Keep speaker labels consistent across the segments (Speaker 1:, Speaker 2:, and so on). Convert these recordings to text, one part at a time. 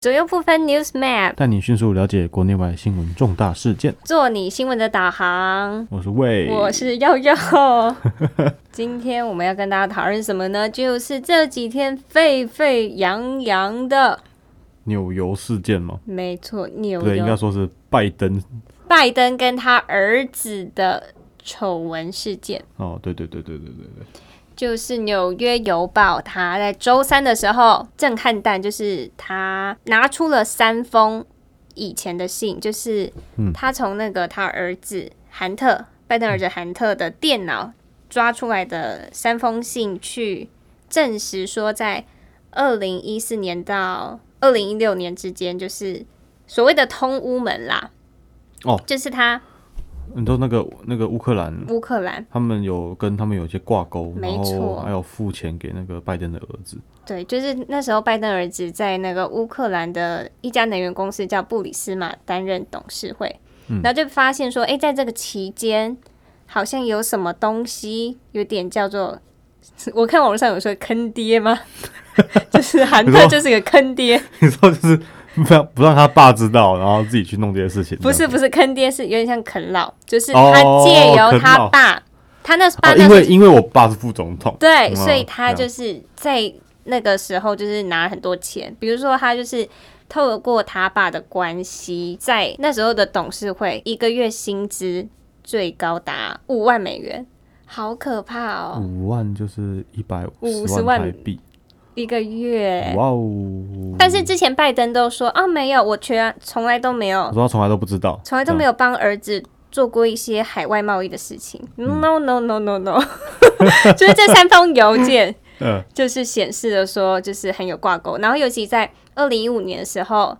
Speaker 1: 左右不分 News Map，
Speaker 2: 带你迅速了解国内外新闻重大事件。
Speaker 1: 做你新闻的导航。
Speaker 2: 我是魏，
Speaker 1: 我是耀耀， 今天我们要跟大家讨论什么呢？就是这几天沸沸扬扬的，
Speaker 2: 纽游事件嘛，
Speaker 1: 没错，
Speaker 2: 不
Speaker 1: 纽
Speaker 2: 对，应该
Speaker 1: 约
Speaker 2: 说是拜登
Speaker 1: 拜登跟他儿子的丑闻事件。
Speaker 2: 哦，对对对对对对对，
Speaker 1: 就是《纽约邮报》，他在周三的时候，震撼弹就是他拿出了三封以前的信，就是
Speaker 2: 嗯
Speaker 1: 他从那个他儿子韩特，拜登儿子嗯韩特的电脑抓出来的三封信，去证实说，在二零一四年到二零一六年之间，就是所谓的通乌门啦，
Speaker 2: 哦，
Speaker 1: 就是他
Speaker 2: 你知道那个那个乌克兰，
Speaker 1: 乌克兰
Speaker 2: 他们有跟他们有一些挂钩，然
Speaker 1: 没
Speaker 2: 后
Speaker 1: 错
Speaker 2: 还有付钱给那个拜登的儿子，
Speaker 1: 对，就是那时候拜登儿子在那个乌克兰的一家能源公司叫布里斯马担任董事会，
Speaker 2: 嗯
Speaker 1: 然后就发现说，哎，在这个期间好像有什么东西有点叫做，我看网络上有说坑爹吗？ 就是韩
Speaker 2: 你
Speaker 1: 特
Speaker 2: 说
Speaker 1: 就是个坑爹，
Speaker 2: 你知道就是不让不让他爸知道，然后自己去弄这些事情，
Speaker 1: 不
Speaker 2: 这
Speaker 1: 是
Speaker 2: 样
Speaker 1: 不是坑爹，是有点像啃老，就是
Speaker 2: 哦
Speaker 1: 他借由
Speaker 2: 啃
Speaker 1: 他
Speaker 2: 老
Speaker 1: 爸，他那爸
Speaker 2: 啊，
Speaker 1: 那
Speaker 2: 因
Speaker 1: 时候
Speaker 2: 为因为我爸是副总统，
Speaker 1: 对，
Speaker 2: 嗯
Speaker 1: 所以他
Speaker 2: 这
Speaker 1: 就
Speaker 2: 样
Speaker 1: 是在那个时候就是拿很多钱，比如说他就是透过他爸的关系，在那时候的董事会，一个月薪资最高达五万美元，好可怕哦！
Speaker 2: 五万就是一百
Speaker 1: 50万
Speaker 2: 万台币，
Speaker 1: 一个月，
Speaker 2: 哇哦！
Speaker 1: 但是之前拜登都说啊，没有，我全从来都没有
Speaker 2: 我说他从来都不知道，
Speaker 1: 从来都没
Speaker 2: 有。
Speaker 1: 有帮儿子做过一些海外贸易的事情。No
Speaker 2: 嗯
Speaker 1: no no no no，就是这三封邮件，
Speaker 2: 嗯
Speaker 1: 就是显示了说就是很有挂钩。然后尤其在二零一五年的时候，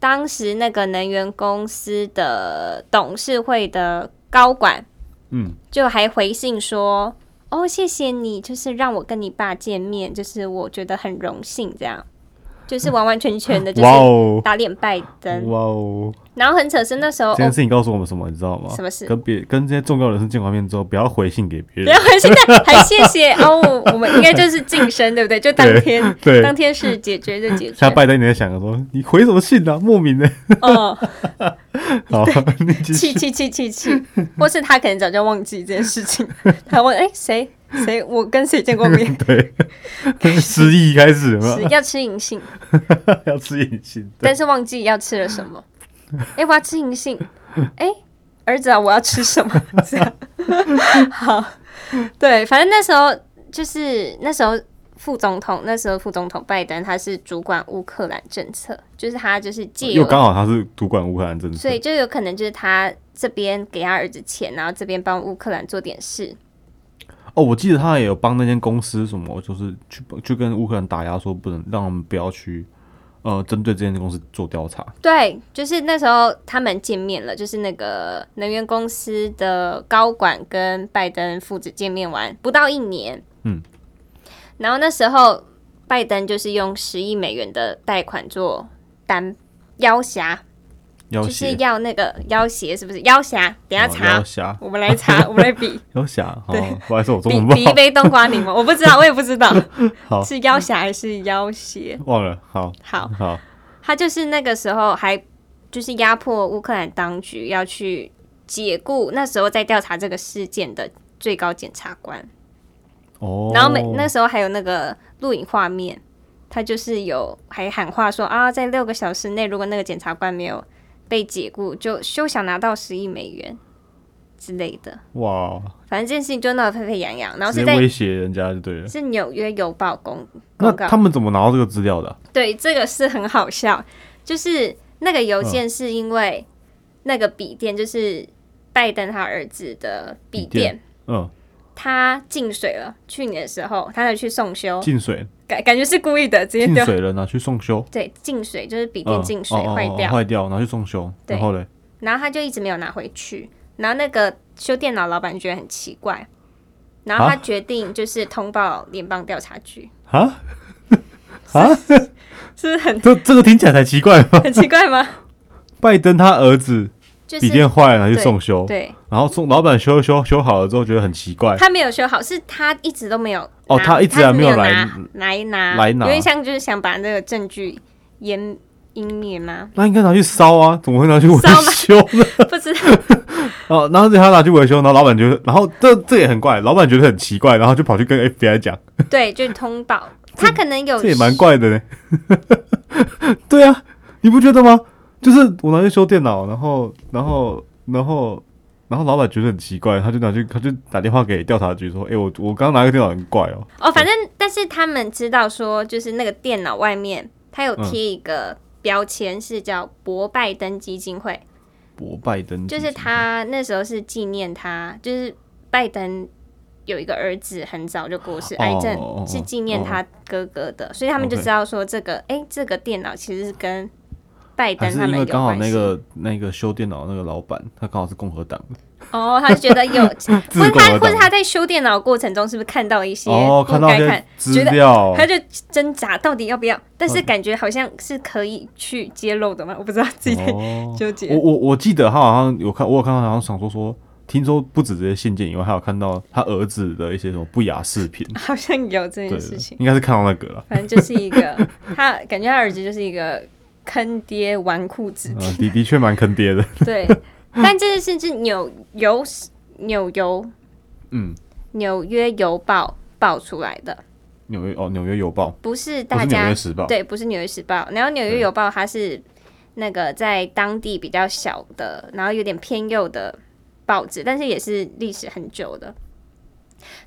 Speaker 1: 当时那个能源公司的董事会的高管
Speaker 2: 嗯，
Speaker 1: 就还回信说。哦，谢谢你，就是让我跟你爸见面，就是我觉得很荣幸，这样，就是完完全全的，就
Speaker 2: 哇
Speaker 1: 是
Speaker 2: 哦，
Speaker 1: 打脸拜登。
Speaker 2: 哇哦！
Speaker 1: 然后很扯是那时候，
Speaker 2: 这件事情告诉我们什么，你知道吗？
Speaker 1: 哦什么事啊
Speaker 2: 跟别跟这些重要人士见完面之后，不要回信给别
Speaker 1: 不要
Speaker 2: 人。
Speaker 1: 回现在还谢谢哦，我们应该就是晋升，对不对？就当天，
Speaker 2: 对，
Speaker 1: 当天是解决就解
Speaker 2: 现在
Speaker 1: 决，
Speaker 2: 拜登你在想着说，你回什么信呢、啊？莫 名的。
Speaker 1: 哦，
Speaker 2: 好，你继
Speaker 1: 气
Speaker 2: 续。
Speaker 1: 气气气气，或是他可能早就忘记这件事情， 他问哎谁谁我跟谁见过面，
Speaker 2: 对，失忆开始 有没
Speaker 1: 是
Speaker 2: 有？
Speaker 1: 要吃银杏，
Speaker 2: 要吃隐形的。
Speaker 1: 但是忘记要吃了什么，哎我要吃银杏，哎儿子啊我要吃什么？ 这样好，对，反正那时候就是那时候副总统，那时候副总统拜登他是主管乌克兰政策，就是他就是借
Speaker 2: 又
Speaker 1: 由
Speaker 2: 刚好他是主管乌克兰政策
Speaker 1: 所，以就有可能就是他这边给他儿子钱，然后这边帮乌克兰做点事。
Speaker 2: 哦，我记得他也有帮那间公司什么，就是去去跟乌克兰打压，说不能让他们不要去呃针对这间公司做调查。
Speaker 1: 对，就是那时候他们见面了，就是那个能源公司的高管跟拜登父子见面完不到一年，
Speaker 2: 嗯，
Speaker 1: 然后那时候拜登就是用十亿美元的贷款做担要挟，
Speaker 2: 要
Speaker 1: 就是
Speaker 2: 挟，
Speaker 1: 要那个要挟，是不是要挟？等一下
Speaker 2: 哦
Speaker 1: 查，
Speaker 2: 要挟，
Speaker 1: 我们来 查，我们来比
Speaker 2: 要挟。哦，不好意思，我中
Speaker 1: 比
Speaker 2: 文
Speaker 1: 比
Speaker 2: 不
Speaker 1: 一
Speaker 2: 好，
Speaker 1: 杯冬瓜柠檬，我不知道，我也不知道
Speaker 2: 好
Speaker 1: 是要挟还是要挟。
Speaker 2: 忘了。好，
Speaker 1: 好，
Speaker 2: 好，
Speaker 1: 他就是那个时候还就是压迫乌克兰当局要去解雇那时候在调查这个事件的最高检察官，
Speaker 2: 哦，
Speaker 1: 然后每那时候还有那个录影画面，他就是有还喊话说啊，在六个小时内，如果那个检察官没有被解雇，就休想拿到十亿美元之类的。
Speaker 2: 哇，
Speaker 1: 反正这件事情就闹得沸沸扬扬，然后
Speaker 2: 直
Speaker 1: 是
Speaker 2: 接
Speaker 1: 在
Speaker 2: 威胁人家就对了。
Speaker 1: 是纽约邮报公
Speaker 2: 那
Speaker 1: 公告
Speaker 2: 他。们怎么拿到这个资料的啊？
Speaker 1: 对，这个是很好笑，就是那个邮
Speaker 2: 嗯
Speaker 1: 件是因为那个笔电，就是拜登他儿子的笔
Speaker 2: 笔电
Speaker 1: 电，
Speaker 2: 嗯，
Speaker 1: 它进水了。去年的时候，他才去送修，
Speaker 2: 进水，
Speaker 1: 感感觉是故意的，哦直接
Speaker 2: 进
Speaker 1: 丢。
Speaker 2: 水了，拿去送修。
Speaker 1: 对，进水就是笔
Speaker 2: 嗯
Speaker 1: 电进水
Speaker 2: 哦哦哦
Speaker 1: 坏掉，
Speaker 2: 坏掉，拿去送修。
Speaker 1: 对
Speaker 2: 然后嘞，
Speaker 1: 然后他就一直没有拿回去。然后那个修电脑老板觉得很奇怪，然后他
Speaker 2: 啊
Speaker 1: 决定就是通报联邦调查局，
Speaker 2: 啊 啊，
Speaker 1: 是不是很
Speaker 2: 这这个听起来才奇怪吧？
Speaker 1: 很奇怪吗？
Speaker 2: 拜登他儿子
Speaker 1: 就
Speaker 2: 笔
Speaker 1: 是
Speaker 2: 电坏了，拿去送修，
Speaker 1: 对，
Speaker 2: 然后送老板修一修修好了之后觉得很奇怪，
Speaker 1: 他没有修好，是他一直都没有拿。
Speaker 2: 哎哦他一直还没
Speaker 1: 没
Speaker 2: 有
Speaker 1: 拿
Speaker 2: 来
Speaker 1: 来拿
Speaker 2: 来拿
Speaker 1: 有点像就是想把那个证据掩阴灭 吗？
Speaker 2: 那应该拿去烧啊，怎么会拿去维修呢？
Speaker 1: 不知道，
Speaker 2: 哦，然后他拿去维修，然后老板觉得，然后这这也很怪，老板觉得很奇怪，然后就跑去跟 FBI 讲，
Speaker 1: 对，就通报。 他可能有
Speaker 2: 这也蛮怪的呢。 对啊，你不觉得吗？就是我拿去修电脑，然后，然后，然后，然后老板觉得很奇怪，他就拿去，他就打电话给调查局说：“哎、我我刚刚拿个电脑很怪哦、
Speaker 1: 哦，反正但是他们知道说，就是那个电脑外面它
Speaker 2: 嗯
Speaker 1: 有贴一个标签，是叫博拜登基金会，
Speaker 2: 博拜登基金
Speaker 1: 就是他那时候是纪念他，就是拜登有一个儿子很早就过世，
Speaker 2: 哦
Speaker 1: 癌症、
Speaker 2: 哦哦哦
Speaker 1: 是纪念他哥哥的，所以他们就
Speaker 2: OK
Speaker 1: 知道说这个，哎、这个电脑其实是跟拜登
Speaker 2: 还
Speaker 1: 他
Speaker 2: 是因
Speaker 1: 们有
Speaker 2: 为刚好
Speaker 1: 关
Speaker 2: 那
Speaker 1: 系。
Speaker 2: 个那个修电脑那个老板，他刚好是共和党，
Speaker 1: 哦，他就觉得 有，
Speaker 2: 自
Speaker 1: 或者
Speaker 2: 共
Speaker 1: 他
Speaker 2: 和
Speaker 1: 或者
Speaker 2: 党
Speaker 1: 他在修电脑过程中是不是看到一些
Speaker 2: 哦，
Speaker 1: 不
Speaker 2: 看到一
Speaker 1: 该
Speaker 2: 些
Speaker 1: 看，
Speaker 2: 资
Speaker 1: 觉得
Speaker 2: 料，哦
Speaker 1: 他就挣扎到底要不要，但是感觉好像是可以去揭露的嘛，我不知道自己在
Speaker 2: 哦
Speaker 1: 纠结
Speaker 2: 我。我我记得他好像有看，我有看到他好像想说说，听说不止这些信件以外，还有看到他儿子的一些什么不雅视频，
Speaker 1: 好像有这
Speaker 2: 对
Speaker 1: 件事情，，
Speaker 2: 应该是看到那个了。
Speaker 1: 反正就是一个 他感觉他儿子就是一个坑爹纨绔子弟，
Speaker 2: 嗯，的的确蛮坑爹的。
Speaker 1: 对。但这件事是纽邮纽邮
Speaker 2: 嗯，
Speaker 1: 纽约邮报爆出来的，
Speaker 2: 纽约哦，纽约邮报
Speaker 1: 不是
Speaker 2: 不
Speaker 1: 大
Speaker 2: 是纽
Speaker 1: 家
Speaker 2: 约时报，
Speaker 1: 对，不是纽约时报。然后纽约
Speaker 2: 对
Speaker 1: 邮报它是那个在当地比较小的，然后有点偏右的报纸，但是也是历史很久的。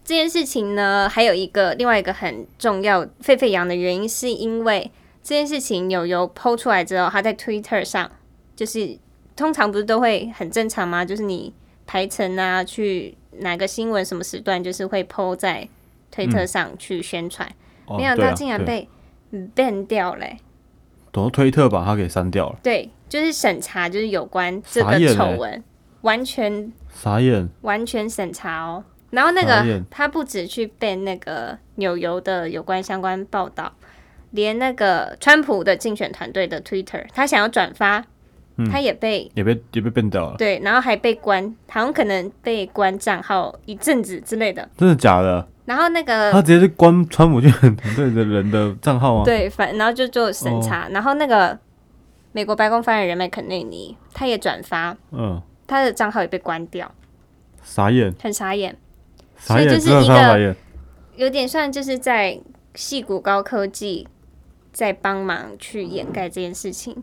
Speaker 1: 这件事情呢，还有一个另外一个很重要、沸沸扬的原因，是因为这件事情纽邮抛出来之后，他在 Twitter 上就是通常不是都会很正常吗？就是你排程啊，去哪个新闻什么时段，就是会抛在推特上去宣传。
Speaker 2: 哦，
Speaker 1: 没想
Speaker 2: 对
Speaker 1: 到
Speaker 2: 啊
Speaker 1: 竟然
Speaker 2: 对
Speaker 1: 被 ban 掉嘞、
Speaker 2: 等到推特把它给删掉了，
Speaker 1: 对，就是审查，就是有关这
Speaker 2: 傻
Speaker 1: 个
Speaker 2: 眼
Speaker 1: 丑
Speaker 2: 嘞
Speaker 1: 闻，完全
Speaker 2: 傻眼。
Speaker 1: 完全审查哦。然后那
Speaker 2: 傻
Speaker 1: 个
Speaker 2: 眼
Speaker 1: 他不止去 ban 那个纽邮的有关相关报道，连那个川普的竞选团队的 Twitter，他想要转发，
Speaker 2: 嗯
Speaker 1: 他也被
Speaker 2: 也被也被变掉了，
Speaker 1: 对，然后还被关，好像可能被关账号一阵子之类的。
Speaker 2: 真的假的？
Speaker 1: 然后那个
Speaker 2: 他直接就关川普竞选团队的人的账号吗？
Speaker 1: 呃对，反然后就做
Speaker 2: 哦
Speaker 1: 审查，然后那个美国白宫发言人麦肯内尼他也转发，
Speaker 2: 嗯，
Speaker 1: 他的账号也被关掉，
Speaker 2: 傻眼，
Speaker 1: 很傻眼，
Speaker 2: 傻眼，
Speaker 1: 所以就是
Speaker 2: 真的
Speaker 1: 一
Speaker 2: 超
Speaker 1: 个
Speaker 2: 傻眼。
Speaker 1: 有点算就是在戏骨高科技在帮忙去掩盖这件事情、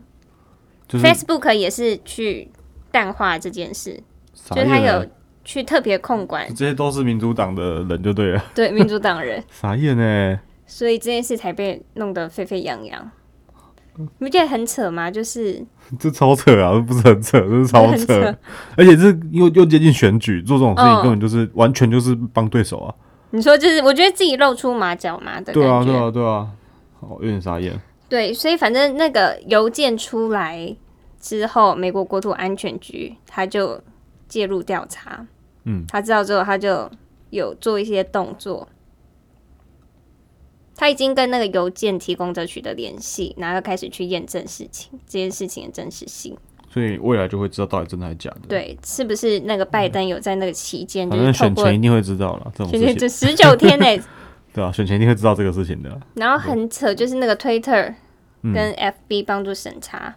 Speaker 2: 就是
Speaker 1: f a c e b o o k 也是去淡化这件事，
Speaker 2: 傻
Speaker 1: 就是
Speaker 2: 眼
Speaker 1: 他
Speaker 2: 欸
Speaker 1: 有去特别控管
Speaker 2: 这些都是民主党的人就对了，
Speaker 1: 对民主党人，
Speaker 2: 傻眼哎、
Speaker 1: 所以这件事才被弄得沸沸扬扬。
Speaker 2: 嗯
Speaker 1: 你不觉得很扯吗？就是
Speaker 2: 这超扯啊，这不是很扯，这是超
Speaker 1: 很扯
Speaker 2: 扯，而且这又又接近选举，做这种事情
Speaker 1: 嗯
Speaker 2: 根本就是、完全就是帮对手啊，
Speaker 1: 你说，就是我觉得自己露出马脚嘛的感觉。
Speaker 2: 对啊，对啊，对啊，哦，有点傻眼，
Speaker 1: 对，所以反正那个邮件出来之后，美国国土安全局他就介入调查。
Speaker 2: 嗯，
Speaker 1: 他知道之后，他就有做一些动作。他已经跟那个邮件提供者取得联系，然后开始去验证事情这件事情的真实性。
Speaker 2: 所以未来就会知道到底真的还是假的，，
Speaker 1: 对，是不是那个拜登有在那个期间就
Speaker 2: 嗯反
Speaker 1: 是
Speaker 2: 正
Speaker 1: 透
Speaker 2: 选
Speaker 1: 过
Speaker 2: 前一定会知道了这种
Speaker 1: 选
Speaker 2: 事
Speaker 1: 前
Speaker 2: 情，
Speaker 1: 这十九 天内、
Speaker 2: 对啊，选前一定会知道这个事情的，
Speaker 1: 然后很扯，就是那个 Twitter
Speaker 2: 嗯
Speaker 1: 跟 FB 帮助审查，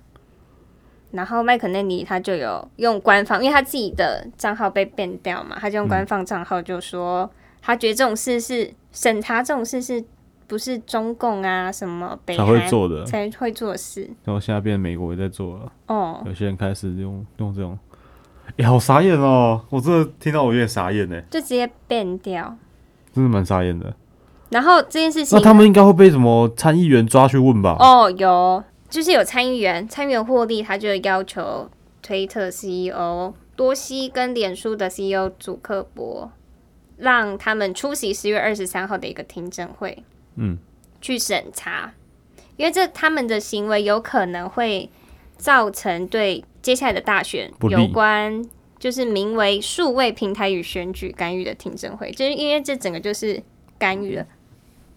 Speaker 1: 然后麦肯内尼他就有用官方，因为他自己的账号被变掉嘛，他就用官方账号就说，他觉得这种事是审查这种事是不是中共啊什么北
Speaker 2: 才
Speaker 1: 韩
Speaker 2: 会做的，
Speaker 1: 才会做的事
Speaker 2: 然后现在变美国也在做了，
Speaker 1: 哦，
Speaker 2: 有些人开始用用这种，哎、好傻眼哦，我真的听到我有点傻眼哎、
Speaker 1: 就直接变掉。
Speaker 2: 真的蛮傻眼的，
Speaker 1: 然后这件事情
Speaker 2: 那他们应该会被什么参议员抓去问吧？
Speaker 1: 哦，有，就是有参议员，参议员霍利他就要求推特 CEO 多西跟脸书的 CEO 祖克伯，让他们出席十月二十三号的一个听证会，
Speaker 2: 嗯，
Speaker 1: 去审查，因为这他们的行为有可能会造成对接下来的大选
Speaker 2: 不利
Speaker 1: 有关。就是名为“数位平台与选举干预”的听证会，就是因为这整个就是干预了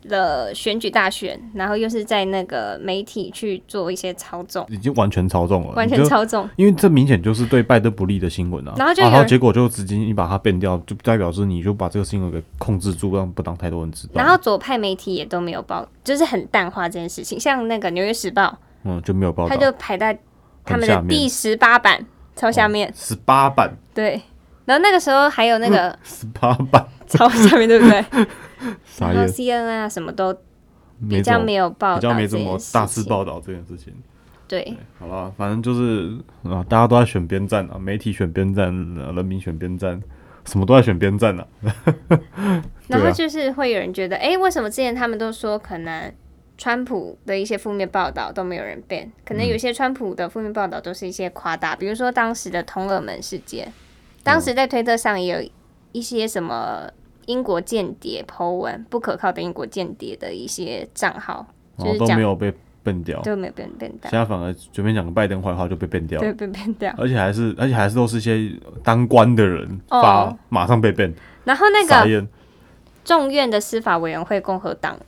Speaker 1: 了选举大选，然后又是在那个媒体去做一些操纵，
Speaker 2: 已经完全操纵了，
Speaker 1: 完
Speaker 2: 哦你
Speaker 1: 全
Speaker 2: 就
Speaker 1: 操纵。
Speaker 2: 因为这明显就是对拜登不利的新闻啊。
Speaker 1: 然后就有
Speaker 2: 啊、然后
Speaker 1: 人
Speaker 2: 结果就直接你把它变掉，就代表是你就把这个新闻给控制住，让不当太多人知道。
Speaker 1: 然后左派媒体也都没有报，就是很淡化这件事情。像那个《纽约时报》，
Speaker 2: 嗯，就没有报
Speaker 1: 他
Speaker 2: 道。
Speaker 1: 就排在他们
Speaker 2: 很下
Speaker 1: 的
Speaker 2: 面哦
Speaker 1: 第十八版，超下面。
Speaker 2: 十八版，
Speaker 1: 对，然后那个时候还有那个
Speaker 2: 十八版，
Speaker 1: 超下面，对 不对？
Speaker 2: 啥
Speaker 1: 然
Speaker 2: 意
Speaker 1: 后
Speaker 2: 思？
Speaker 1: C N N 啊什么都比
Speaker 2: 没
Speaker 1: 较
Speaker 2: 怎
Speaker 1: 没
Speaker 2: 么，
Speaker 1: 有报道，
Speaker 2: 比较没怎么大肆。报啊道这件事情。
Speaker 1: 对，
Speaker 2: 好了，反正就是啊，大家都在选边站啊，媒体选边站，呃人民选边站，什么都在选边站啊。
Speaker 1: 然
Speaker 2: 对
Speaker 1: 后
Speaker 2: 啊
Speaker 1: 就是会有人觉得，哎、为什么之前他们都说可能川普的一些负面报道都没有人变，可能
Speaker 2: 嗯
Speaker 1: 有些川普的负面报道都是一些夸大，比如说当时的通俄门事件，当时在推特上也有一些什么英国间谍 Po 文，不可靠的英国间谍的一些账号，就
Speaker 2: 然后
Speaker 1: 是
Speaker 2: 哦都
Speaker 1: 讲
Speaker 2: 没有被变掉，
Speaker 1: 都没有变变大
Speaker 2: 现，在反而随便讲个拜登坏话就被变掉，
Speaker 1: 对，被变掉。
Speaker 2: 而且还是而且还是都是一些当官的人
Speaker 1: 哦
Speaker 2: 发，马上被变，
Speaker 1: 然后那
Speaker 2: 傻
Speaker 1: 个
Speaker 2: 眼。
Speaker 1: 众院的司法委员会共和党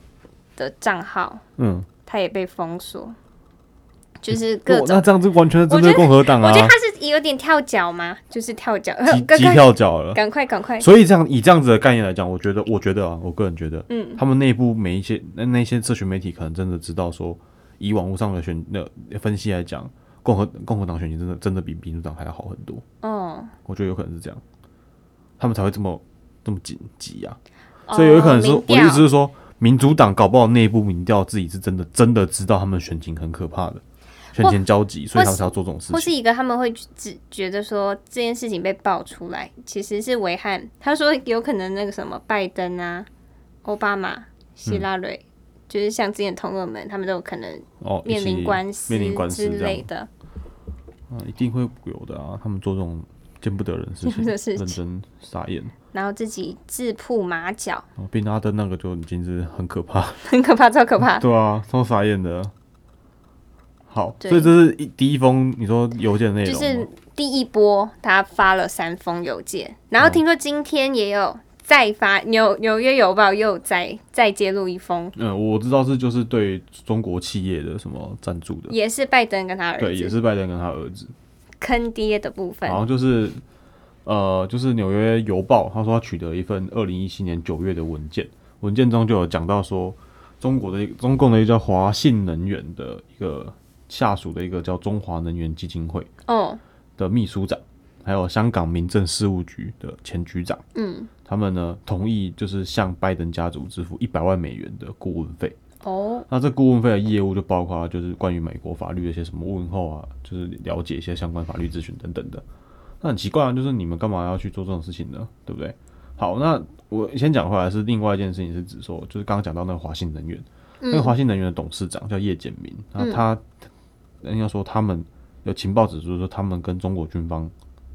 Speaker 1: 的账号，
Speaker 2: 嗯，
Speaker 1: 他也被封锁，就是各
Speaker 2: 那
Speaker 1: 种。
Speaker 2: 那这样子完全是针对
Speaker 1: 我觉得
Speaker 2: 共和党
Speaker 1: 我
Speaker 2: 啊
Speaker 1: 觉，得他是有点跳脚嘛，就是跳脚，
Speaker 2: 急
Speaker 1: 赶
Speaker 2: 急
Speaker 1: 快
Speaker 2: 跳脚了。
Speaker 1: 赶快赶快，
Speaker 2: 所以这样以这样子的概念来讲，我觉得，我觉得啊，我个人觉得，
Speaker 1: 嗯，
Speaker 2: 他们内部每一些那那些社群媒体可能真的知道说，以网络上的选那分析来讲，共和共和党选情真的真的比民主党还要好很多，
Speaker 1: 哦，
Speaker 2: 我觉得有可能是这样，他们才会这么这么紧急啊，
Speaker 1: 哦
Speaker 2: 所以有可能是、
Speaker 1: 民
Speaker 2: 我
Speaker 1: 调
Speaker 2: 的意思是说，民主党搞不好内部民调自己是真的真的知道他们选情很可怕的，选情交集，所以他们才要做这种事
Speaker 1: 或是
Speaker 2: 情。
Speaker 1: 一个他们会只觉得说这件事情被爆出来，其实是危害。他说有可能那个什么拜登啊、奥巴马、希拉蕊，
Speaker 2: 嗯
Speaker 1: 就是像之前同俄门，他们都有可能
Speaker 2: 哦，一
Speaker 1: 面
Speaker 2: 起
Speaker 1: 临官司
Speaker 2: 面临官司
Speaker 1: 之
Speaker 2: 这
Speaker 1: 类
Speaker 2: 样，
Speaker 1: 的。
Speaker 2: 啊，一定会有的啊，他们做这种见不得人的事
Speaker 1: 见不
Speaker 2: 情，
Speaker 1: 得事
Speaker 2: 认
Speaker 1: 情
Speaker 2: 真傻眼。
Speaker 1: 然后自己自曝马脚，
Speaker 2: 哦，bin l a d 那个就已经是很可怕，
Speaker 1: 很可怕，超可怕。
Speaker 2: 对啊，超傻眼的。好，
Speaker 1: 对
Speaker 2: 所以这是一第一封你说邮件的内
Speaker 1: 就
Speaker 2: 容
Speaker 1: 是
Speaker 2: 吗，
Speaker 1: 第一波他发了三封邮件，然后
Speaker 2: 嗯
Speaker 1: 听说今天也有再发纽纽约邮报又再再揭露一封，
Speaker 2: 嗯，我知道是就是对中国企业的什么赞助的，
Speaker 1: 也是拜登跟他儿
Speaker 2: 对，也
Speaker 1: 子
Speaker 2: 是拜登跟他儿子，
Speaker 1: 坑爹的部分
Speaker 2: 好。像就是呃，就是纽约邮报，他说他取得一份二零一七年九月的文件，文件中就有讲到说，中国的一中共的一个叫华信能源的一个下属的一个叫中华能源基金会，
Speaker 1: 哦，
Speaker 2: 的秘书长，还有香港民政事务局的前局长，
Speaker 1: 嗯，
Speaker 2: 他们呢同意就是向拜登家族支付一百万美元的顾问费。
Speaker 1: 哦，
Speaker 2: 那这顾问费的业务就包括就是关于美国法律的一些什么问候啊，就是了解一些相关法律咨询等等的。那很奇怪啊，就是你们干嘛要去做这种事情呢？对不对？好，那我先讲回来是另外一件事情，是指说就是刚刚讲到那个华信能源，
Speaker 1: 嗯
Speaker 2: 那个华信能源的董事长叫叶简明，那他应该说他们有情报指出说他们跟中国军方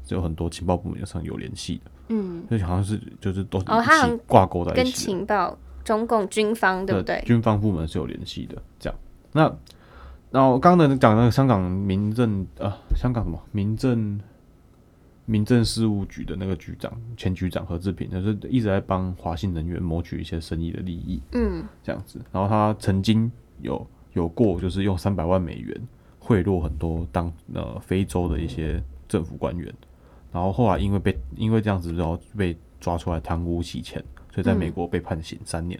Speaker 2: 是有很多情报部门上有联系的，
Speaker 1: 嗯，
Speaker 2: 就好像是就是都是
Speaker 1: 哦他好
Speaker 2: 一
Speaker 1: 像
Speaker 2: 起挂钩在
Speaker 1: 跟
Speaker 2: 一起的。
Speaker 1: 情报、中共军方对不对？
Speaker 2: 军方部门是有联系的，这样。那然后刚刚讲那个香港民政呃，香港什么民政民政事务局的那个局长前局长何志平，就是一直在帮华信能源谋取一些生意的利益，
Speaker 1: 嗯，
Speaker 2: 这样子。然后他曾经有有过就是用三百万美元贿赂很多当呃非洲的一些政府官员，然后后来因为被因为这样子然后被抓出来贪污洗钱，所
Speaker 1: 嗯
Speaker 2: 以在美国被判刑三年。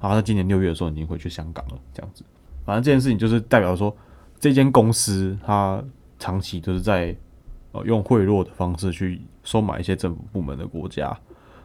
Speaker 2: 然后他今年六月的时候已经回去香港了，这样子。反正这件事情就是代表说，这间公司它长期就是在呃用贿赂的方式去收买一些政府部门的国家，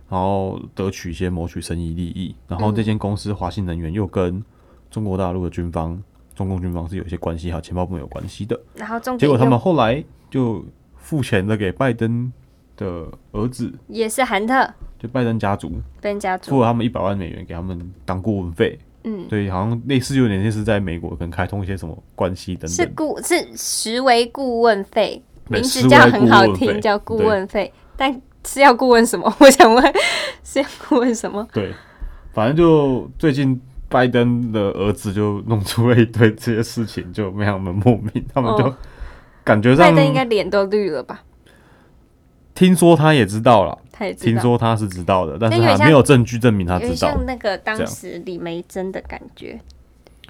Speaker 2: 然后得取一些谋取生意利益。然后这间公司华信能源又跟中国大陆的军方、中共军方是有一些关系，还有情报部门有关系的。
Speaker 1: 然后重
Speaker 2: 结
Speaker 1: 点
Speaker 2: 果他
Speaker 1: 嗯又
Speaker 2: 们后来就付钱的给拜登的儿子，
Speaker 1: 也是韩特
Speaker 2: 就拜登家族，
Speaker 1: 被人家
Speaker 2: 付
Speaker 1: 族，
Speaker 2: 了他们一百万美元给他们当顾问费。
Speaker 1: 嗯，
Speaker 2: 对，好像类似有点类似在美国可能开通一些什么关系等
Speaker 1: 是
Speaker 2: 等，
Speaker 1: 顾是实为顾问费，
Speaker 2: 对
Speaker 1: 名字
Speaker 2: 实为
Speaker 1: 叫很好
Speaker 2: 顾问
Speaker 1: 听，
Speaker 2: 费
Speaker 1: 叫顾问费，但是要顾问什么？ 我想问是要顾问什么？
Speaker 2: 对，反正就最近拜登的儿子就弄出了一堆这些事情，就非常的莫名，他们就
Speaker 1: 哦
Speaker 2: 感觉
Speaker 1: 拜
Speaker 2: 上
Speaker 1: 登应该脸都绿了吧？
Speaker 2: 听说他也知道了，
Speaker 1: 他也知
Speaker 2: 听
Speaker 1: 道，
Speaker 2: 说他是知道的，但是
Speaker 1: 那有点
Speaker 2: 还没有证据证明他
Speaker 1: 有点
Speaker 2: 知道
Speaker 1: 像。那个
Speaker 2: 这
Speaker 1: 当
Speaker 2: 样
Speaker 1: 时李梅珍的感觉，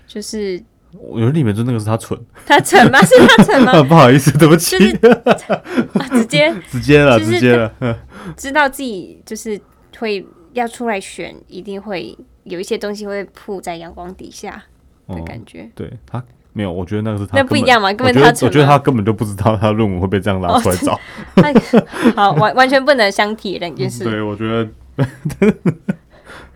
Speaker 1: 就是
Speaker 2: 我觉得里面真那个是他蠢，
Speaker 1: 他蠢吗？是他蠢吗？
Speaker 2: 不好意思，对不起
Speaker 1: 就，是啊直接
Speaker 2: 直接了，
Speaker 1: 就是
Speaker 2: 直接了。
Speaker 1: 知道自己就是会要出来选，一定会有一些东西会曝在阳光底下的
Speaker 2: 哦
Speaker 1: 感觉。
Speaker 2: 对他，没有，我觉得那个是他
Speaker 1: 那不一样嘛
Speaker 2: 根
Speaker 1: 根
Speaker 2: 本
Speaker 1: 本他哦
Speaker 2: 我觉得我觉得
Speaker 1: 蠢
Speaker 2: 他根本就不知道他论文会被这样拿出来找。
Speaker 1: 他好完完全不能相提两件事。
Speaker 2: 对，我觉得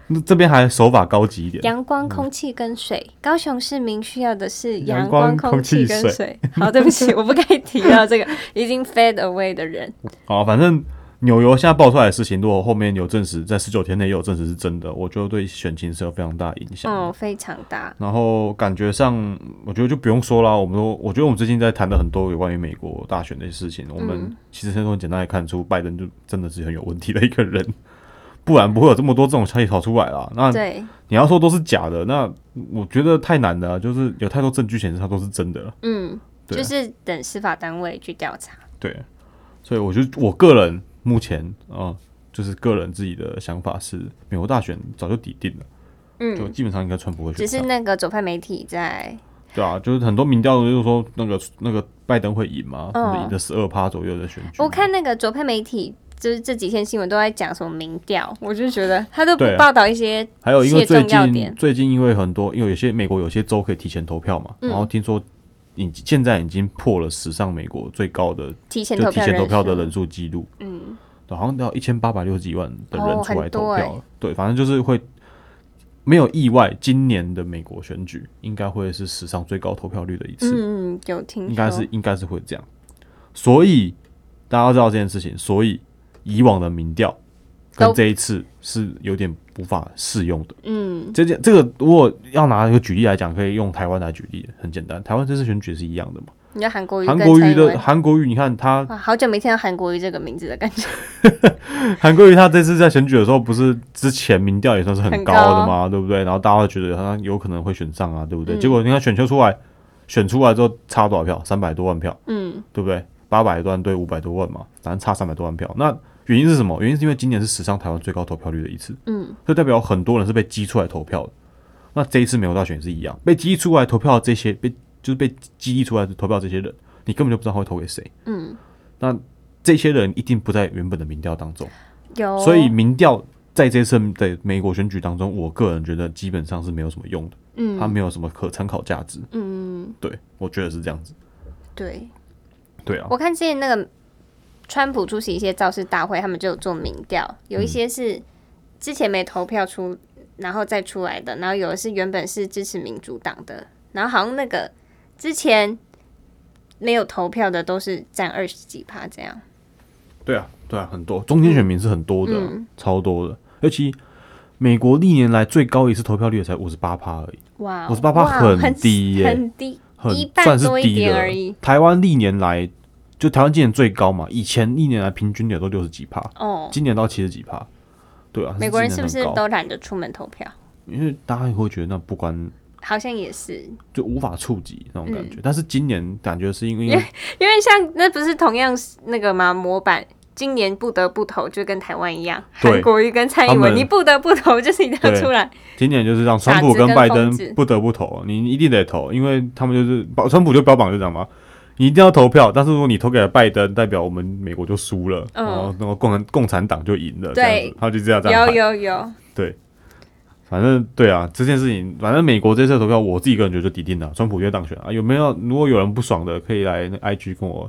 Speaker 2: 那这边还手法高级一点。
Speaker 1: 阳光、空气跟水，高雄市民需要的是
Speaker 2: 嗯阳
Speaker 1: 阳
Speaker 2: 光
Speaker 1: 光、空
Speaker 2: 空气
Speaker 1: 气跟
Speaker 2: 水
Speaker 1: 水。 好，对不起，我不该提到这个 已经 fade away 的人。
Speaker 2: 好，反正纽约现在爆出来的事情，如果后面有证实，在十九天内也有证实是真的，我觉得对选情是有非常大的影响的。
Speaker 1: 哦，非常大。
Speaker 2: 然后感觉上，我觉得就不用说啦。我们都，我觉得我们最近在谈的很多有关于美国大选的事情，我
Speaker 1: 嗯
Speaker 2: 们其实从简单来看出，拜登就真的是很有问题的一个人， 不然不会有这么多这种消息跑出来啦。那
Speaker 1: 对，
Speaker 2: 你要说都是假的，那我觉得太难了啊、就是有太多证据显示它都是真的啊了。
Speaker 1: 嗯，
Speaker 2: 对
Speaker 1: 就，是等司法单位去调查。
Speaker 2: 对，所以我就我个人目前啊、呃就是个人自己的想法是，美国大选早就底定了，就
Speaker 1: 嗯，
Speaker 2: 基本上应该川普会选
Speaker 1: 只是
Speaker 2: 上。
Speaker 1: 那个左派媒体在
Speaker 2: 对啊，就是很多民调就是说那个那个拜登会赢嘛，
Speaker 1: 嗯
Speaker 2: 或者赢个十二趴左右的选举。
Speaker 1: 我看那个左派媒体，就是这几天新闻都在讲什么民调，我就觉得他都不
Speaker 2: 对啊
Speaker 1: 报道一些，
Speaker 2: 还有因为最
Speaker 1: 谢重要点
Speaker 2: 近最近因为很多因为有些美国有些州可以提前投票嘛，
Speaker 1: 嗯
Speaker 2: 然后听说已现在已经破了史上美国最高的
Speaker 1: 提前
Speaker 2: 就
Speaker 1: 投
Speaker 2: 提
Speaker 1: 票
Speaker 2: 前投票的
Speaker 1: 人数
Speaker 2: 人数记录，
Speaker 1: 嗯，
Speaker 2: 对好像到一千八百六十几万的人
Speaker 1: 哦
Speaker 2: 出来
Speaker 1: 很
Speaker 2: 投
Speaker 1: 多
Speaker 2: 票
Speaker 1: 欸
Speaker 2: 了。对，反正就是会没有意外，今年的美国选举应该会是史上最高投票率的一次。
Speaker 1: 嗯，有听说，
Speaker 2: 应该是应该是会这样。所以大家要知道这件事情，所以以往的民调跟
Speaker 1: 都
Speaker 2: 这一次是有点无法适用的。
Speaker 1: 嗯
Speaker 2: 这件这个如果要拿一个举例来讲，可以用台湾来举例，很简单，台湾这次选举是一样的嘛。
Speaker 1: 你知道韩国瑜
Speaker 2: 韩
Speaker 1: 跟
Speaker 2: 国
Speaker 1: 蔡
Speaker 2: 瑜
Speaker 1: 英
Speaker 2: 的
Speaker 1: 文，
Speaker 2: 韩国瑜，你看他
Speaker 1: 哇，好久没听到韩国瑜这个名字的感觉。
Speaker 2: 韩国瑜他这次在选举的时候，不是之前民调也算是很
Speaker 1: 很
Speaker 2: 高
Speaker 1: 高嗯
Speaker 2: 的嘛，对不对？然后大家觉得他有可能会选上啊，对不对？结果你看选秀出来，选出来之后差多少票？三百多万票。
Speaker 1: 嗯，
Speaker 2: 对不对？八百万对五百多万嘛，反正差三百多万票。那原因是什么？原因是因为今年是史上台湾最高投票率的一次，
Speaker 1: 嗯，
Speaker 2: 就代表很多人是被激出来投票的。那这一次美国大选也是一样，被激出来投票的这些被就是被激励出来投票的这些人，你根本就不知道他会投给谁。
Speaker 1: 嗯，
Speaker 2: 那这些人一定不在原本的民调当中，
Speaker 1: 有，
Speaker 2: 所以民调在这次的美国选举当中，我个人觉得基本上是没有什么用的，它
Speaker 1: 嗯
Speaker 2: 没有什么可参考价值。
Speaker 1: 嗯，
Speaker 2: 对我觉得是这样子。
Speaker 1: 对，
Speaker 2: 对啊，
Speaker 1: 我看之前那个川普出席一些造势大会，他们就有做民调，有一些是之前没投票出，然后再出来的，然后有的是原本是支持民主党的，然后好像那个之前没有投票的都是占二十几趴这样。
Speaker 2: 对啊，对啊，很多中间选民是很多的啊、
Speaker 1: 嗯
Speaker 2: 超多的。尤其美国历年来最高一次投票率也才五十八趴而已，
Speaker 1: 哇哦，
Speaker 2: 58趴
Speaker 1: 哇
Speaker 2: 很
Speaker 1: 很
Speaker 2: 低耶
Speaker 1: 很低，
Speaker 2: 很
Speaker 1: 一半
Speaker 2: 算是
Speaker 1: 多一
Speaker 2: 低
Speaker 1: 点
Speaker 2: 的
Speaker 1: 而已。
Speaker 2: 台湾历年来就台湾今年最高嘛，以前历年来平均也都六十几趴，
Speaker 1: 哦。
Speaker 2: 今年到七十几趴。对啊，
Speaker 1: 美国人是
Speaker 2: 今
Speaker 1: 不
Speaker 2: 年
Speaker 1: 是
Speaker 2: 很高？
Speaker 1: 都懒得出门投票？
Speaker 2: 因为大家会觉得那不关
Speaker 1: 好像也是，
Speaker 2: 就无法触及那种感觉，但是今年感觉是因为
Speaker 1: 嗯
Speaker 2: 因
Speaker 1: 因
Speaker 2: 为
Speaker 1: 为因为像那不是同样是那个吗？模板今年不得不投，就跟台湾一样，
Speaker 2: 对
Speaker 1: 韩国瑜跟蔡英
Speaker 2: 他
Speaker 1: 文，
Speaker 2: 们
Speaker 1: 你不得不投，就是一定要
Speaker 2: 对
Speaker 1: 出来。
Speaker 2: 今年就是让川
Speaker 1: 傻子
Speaker 2: 普跟
Speaker 1: 跟
Speaker 2: 拜
Speaker 1: 疯
Speaker 2: 登
Speaker 1: 子
Speaker 2: 不得不投，你一定得投，因为他们就是保川普就标榜就这样嘛，你一定要投票，但是如果你投给了拜登，代表我们美国就输了，
Speaker 1: 嗯
Speaker 2: 然后那个共产共产党就赢了，这样子
Speaker 1: 对，
Speaker 2: 他就这样这样
Speaker 1: 有
Speaker 2: 喊，
Speaker 1: 有有，
Speaker 2: 反正对啊，这件事情，反正美国这次的投票，我自己个人觉得底定了，川普就当选啊，有没有？如果有人不爽的，可以来那 IG 跟我，